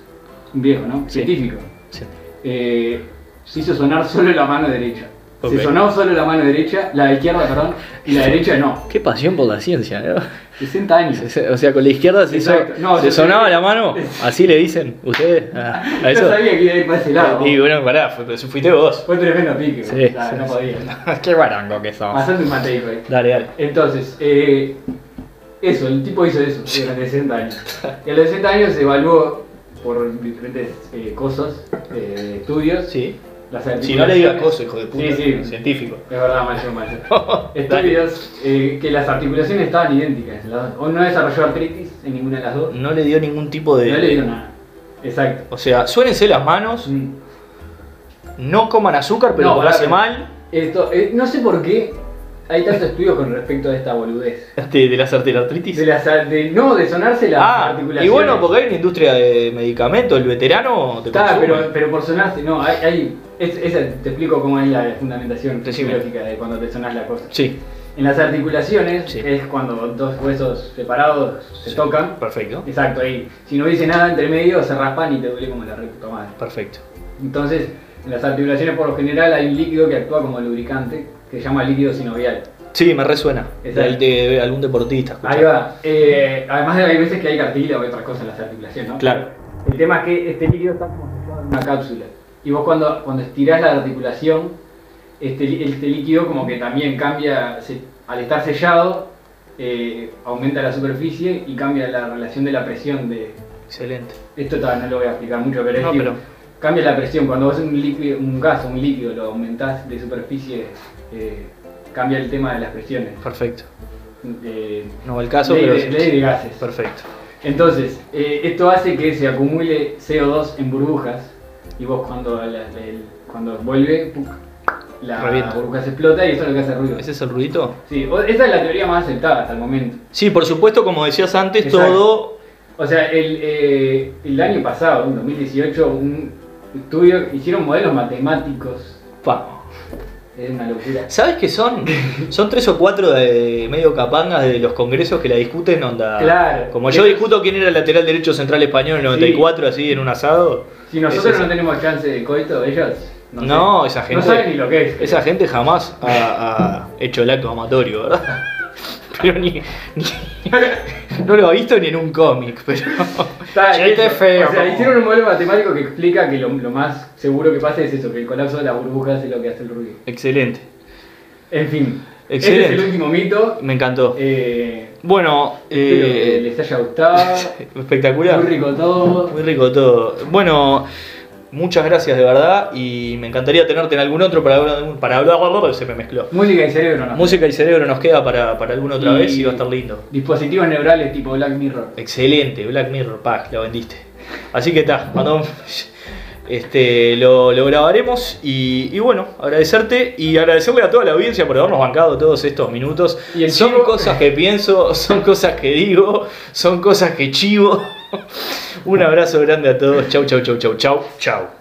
Speaker 2: un viejo, ¿no?
Speaker 1: Sí.
Speaker 2: Científico,
Speaker 1: sí.
Speaker 2: eh, se hizo sonar solo la mano derecha.
Speaker 1: Ok.
Speaker 2: Se sonó solo la mano derecha, la izquierda, perdón, y
Speaker 1: *laughs*
Speaker 2: la derecha no.
Speaker 1: Qué pasión por la ciencia, ¿no?
Speaker 2: 60 años.
Speaker 1: *laughs* O sea, con la izquierda se, hizo-
Speaker 2: Exacto. No,
Speaker 1: se
Speaker 2: yo
Speaker 1: sonaba
Speaker 2: sabía-
Speaker 1: la
Speaker 2: *laughs*
Speaker 1: mano, así le dicen ustedes. Ah, a
Speaker 2: Yo
Speaker 1: eso.
Speaker 2: sabía que iba a ir para ese lado.
Speaker 1: Y bueno, pará, fu- fu- fuiste vos.
Speaker 2: Fue tremendo pique,
Speaker 1: Sí,
Speaker 2: o sea,
Speaker 1: sí,
Speaker 2: no
Speaker 1: sí.
Speaker 2: podía.
Speaker 1: *laughs*
Speaker 3: Qué barango que sos.
Speaker 2: Bastante un mate ahí.
Speaker 1: Dale, dale.
Speaker 2: Entonces, eh, eso, el tipo hizo eso durante 60 años. Y a los 60 años se evaluó por diferentes eh, cosas, eh, estudios.
Speaker 1: Sí.
Speaker 2: las
Speaker 1: Si no le digas
Speaker 2: articulaciones-
Speaker 1: cosas, hijo de puta.
Speaker 2: Sí, sí.
Speaker 1: Científico.
Speaker 2: Es verdad, macho,
Speaker 1: *laughs*
Speaker 2: macho. Estudios eh, que las articulaciones estaban idénticas. las dos. O no desarrolló artritis en ninguna de las dos.
Speaker 1: No le dio ningún tipo
Speaker 2: No
Speaker 1: de.
Speaker 2: le dio nada. Exacto.
Speaker 1: O sea, suérense las manos,
Speaker 2: Mm.
Speaker 1: no coman azúcar, pero
Speaker 2: No,
Speaker 1: lo hace
Speaker 2: pará.
Speaker 1: mal.
Speaker 2: Esto, eh, no sé por qué hay tantos estudios con respecto a esta boludez.
Speaker 1: Este, de la arteritis.
Speaker 2: De las, ar- de, no, de sonarse las
Speaker 1: ah, y
Speaker 2: articulaciones.
Speaker 1: bueno, porque hay una industria de medicamentos, el veterano te
Speaker 2: Está,
Speaker 1: consume.
Speaker 2: pero, pero por sonarse, no, hay, hay- es- esa- te explico cómo es la fundamentación
Speaker 1: Decime.
Speaker 2: fisiológica de cuando te sonas la cosa.
Speaker 1: Sí,
Speaker 2: En las articulaciones
Speaker 1: Sí.
Speaker 2: es cuando dos huesos separados se
Speaker 1: Sí.
Speaker 2: tocan.
Speaker 1: perfecto.
Speaker 2: Exacto, ahí. Si no hubiese nada entre medio, se raspan y te duele como la re puta madre.
Speaker 1: Perfecto.
Speaker 2: Entonces, en las articulaciones por lo general hay un líquido que actúa como lubricante, que se llama líquido sinovial.
Speaker 1: Sí, me resuena.
Speaker 2: Exacto.
Speaker 1: Del de algún deportista. escucha.
Speaker 2: Ahí va. Eh, además de hay veces que hay cartílago y otras cosas en las articulaciones, ¿no?
Speaker 1: Claro.
Speaker 2: El tema es que este líquido está como atrapado en una cápsula. Y vos cuando, cuando estirás la articulación, este, lí- este líquido como que también cambia, se- al estar sellado, eh, aumenta la superficie y cambia la relación de la presión de...
Speaker 1: Excelente.
Speaker 2: Esto todavía no lo voy a explicar mucho, pero es
Speaker 1: No,
Speaker 2: tipo,
Speaker 1: pero-
Speaker 2: cambia la presión. Cuando vos un, líquido, un gas o un líquido lo aumentás de superficie, eh, cambia el tema de las presiones.
Speaker 1: Perfecto.
Speaker 2: Eh,
Speaker 1: No, el caso,
Speaker 2: ley,
Speaker 1: pero.
Speaker 2: de, ley de gases.
Speaker 1: Perfecto.
Speaker 2: Entonces, eh, esto hace que se acumule CO2 en burbujas y vos cuando, la- el- cuando vuelve, ¡puc! la
Speaker 1: Revienta.
Speaker 2: burbuja se explota y eso es lo que hace ruido.
Speaker 1: ¿Ese es el ruidito?
Speaker 2: Sí, o- esa es la teoría más aceptada hasta el momento.
Speaker 1: Sí, por supuesto, como decías antes,
Speaker 2: Exacto.
Speaker 1: todo.
Speaker 2: O sea, el, eh, el año pasado, en 2018, un estudio hicieron modelos matemáticos.
Speaker 1: Pa.
Speaker 2: Es una locura.
Speaker 1: ¿Sabes
Speaker 2: *laughs*
Speaker 1: qué son? Son tres o cuatro de medio capangas de los congresos que la discuten, onda.
Speaker 2: Claro.
Speaker 1: Como yo discuto quién era el lateral derecho central español en el
Speaker 2: Sí.
Speaker 1: 94, así en un asado.
Speaker 2: Si
Speaker 1: es
Speaker 2: nosotros
Speaker 1: esa.
Speaker 2: no tenemos chance de coito, ellos no, sé.
Speaker 1: No, esa gente-
Speaker 2: No saben ni lo que es.
Speaker 1: Esa gente jamás ha,
Speaker 2: *laughs*
Speaker 1: ha hecho el acto amatorio, ¿verdad? *laughs* Pero ni, ni-
Speaker 2: *laughs*
Speaker 1: No lo ha visto ni en un cómic, pero.
Speaker 2: Está
Speaker 1: *laughs* Che, qué
Speaker 2: eso.
Speaker 1: feo.
Speaker 2: O sea, hicieron un modelo matemático que explica que lo, lo más seguro que pasa es eso, que el colapso de las burbujas es lo que hace el ruido.
Speaker 1: Excelente.
Speaker 2: En fin.
Speaker 1: Excelente.
Speaker 2: Este es el último mito.
Speaker 1: Me encantó.
Speaker 2: Eh,
Speaker 1: Bueno,
Speaker 2: espero que
Speaker 1: eh,
Speaker 2: les haya gustado.
Speaker 1: *laughs* espectacular.
Speaker 2: Muy rico todo.
Speaker 1: Muy rico todo. Bueno, muchas gracias de verdad y me encantaría tenerte en algún otro para hablar, para hablar, se me mezcló.
Speaker 2: Música y cerebro, ¿no?
Speaker 1: Música y cerebro nos queda para, para alguna otra vez y va a estar lindo.
Speaker 2: Dispositivos neurales tipo Black Mirror.
Speaker 1: Excelente, Black Mirror, pack, lo vendiste. Así que está, cuando *laughs* este, lo, lo grabaremos y, y bueno, agradecerte y agradecerle a toda la audiencia por habernos bancado todos estos minutos.
Speaker 2: Y el
Speaker 1: son
Speaker 2: chivo.
Speaker 1: cosas que pienso, son cosas que digo, *laughs* son cosas que chivo. Un abrazo grande a todos, chau, chau, chau, chau, chau, chau.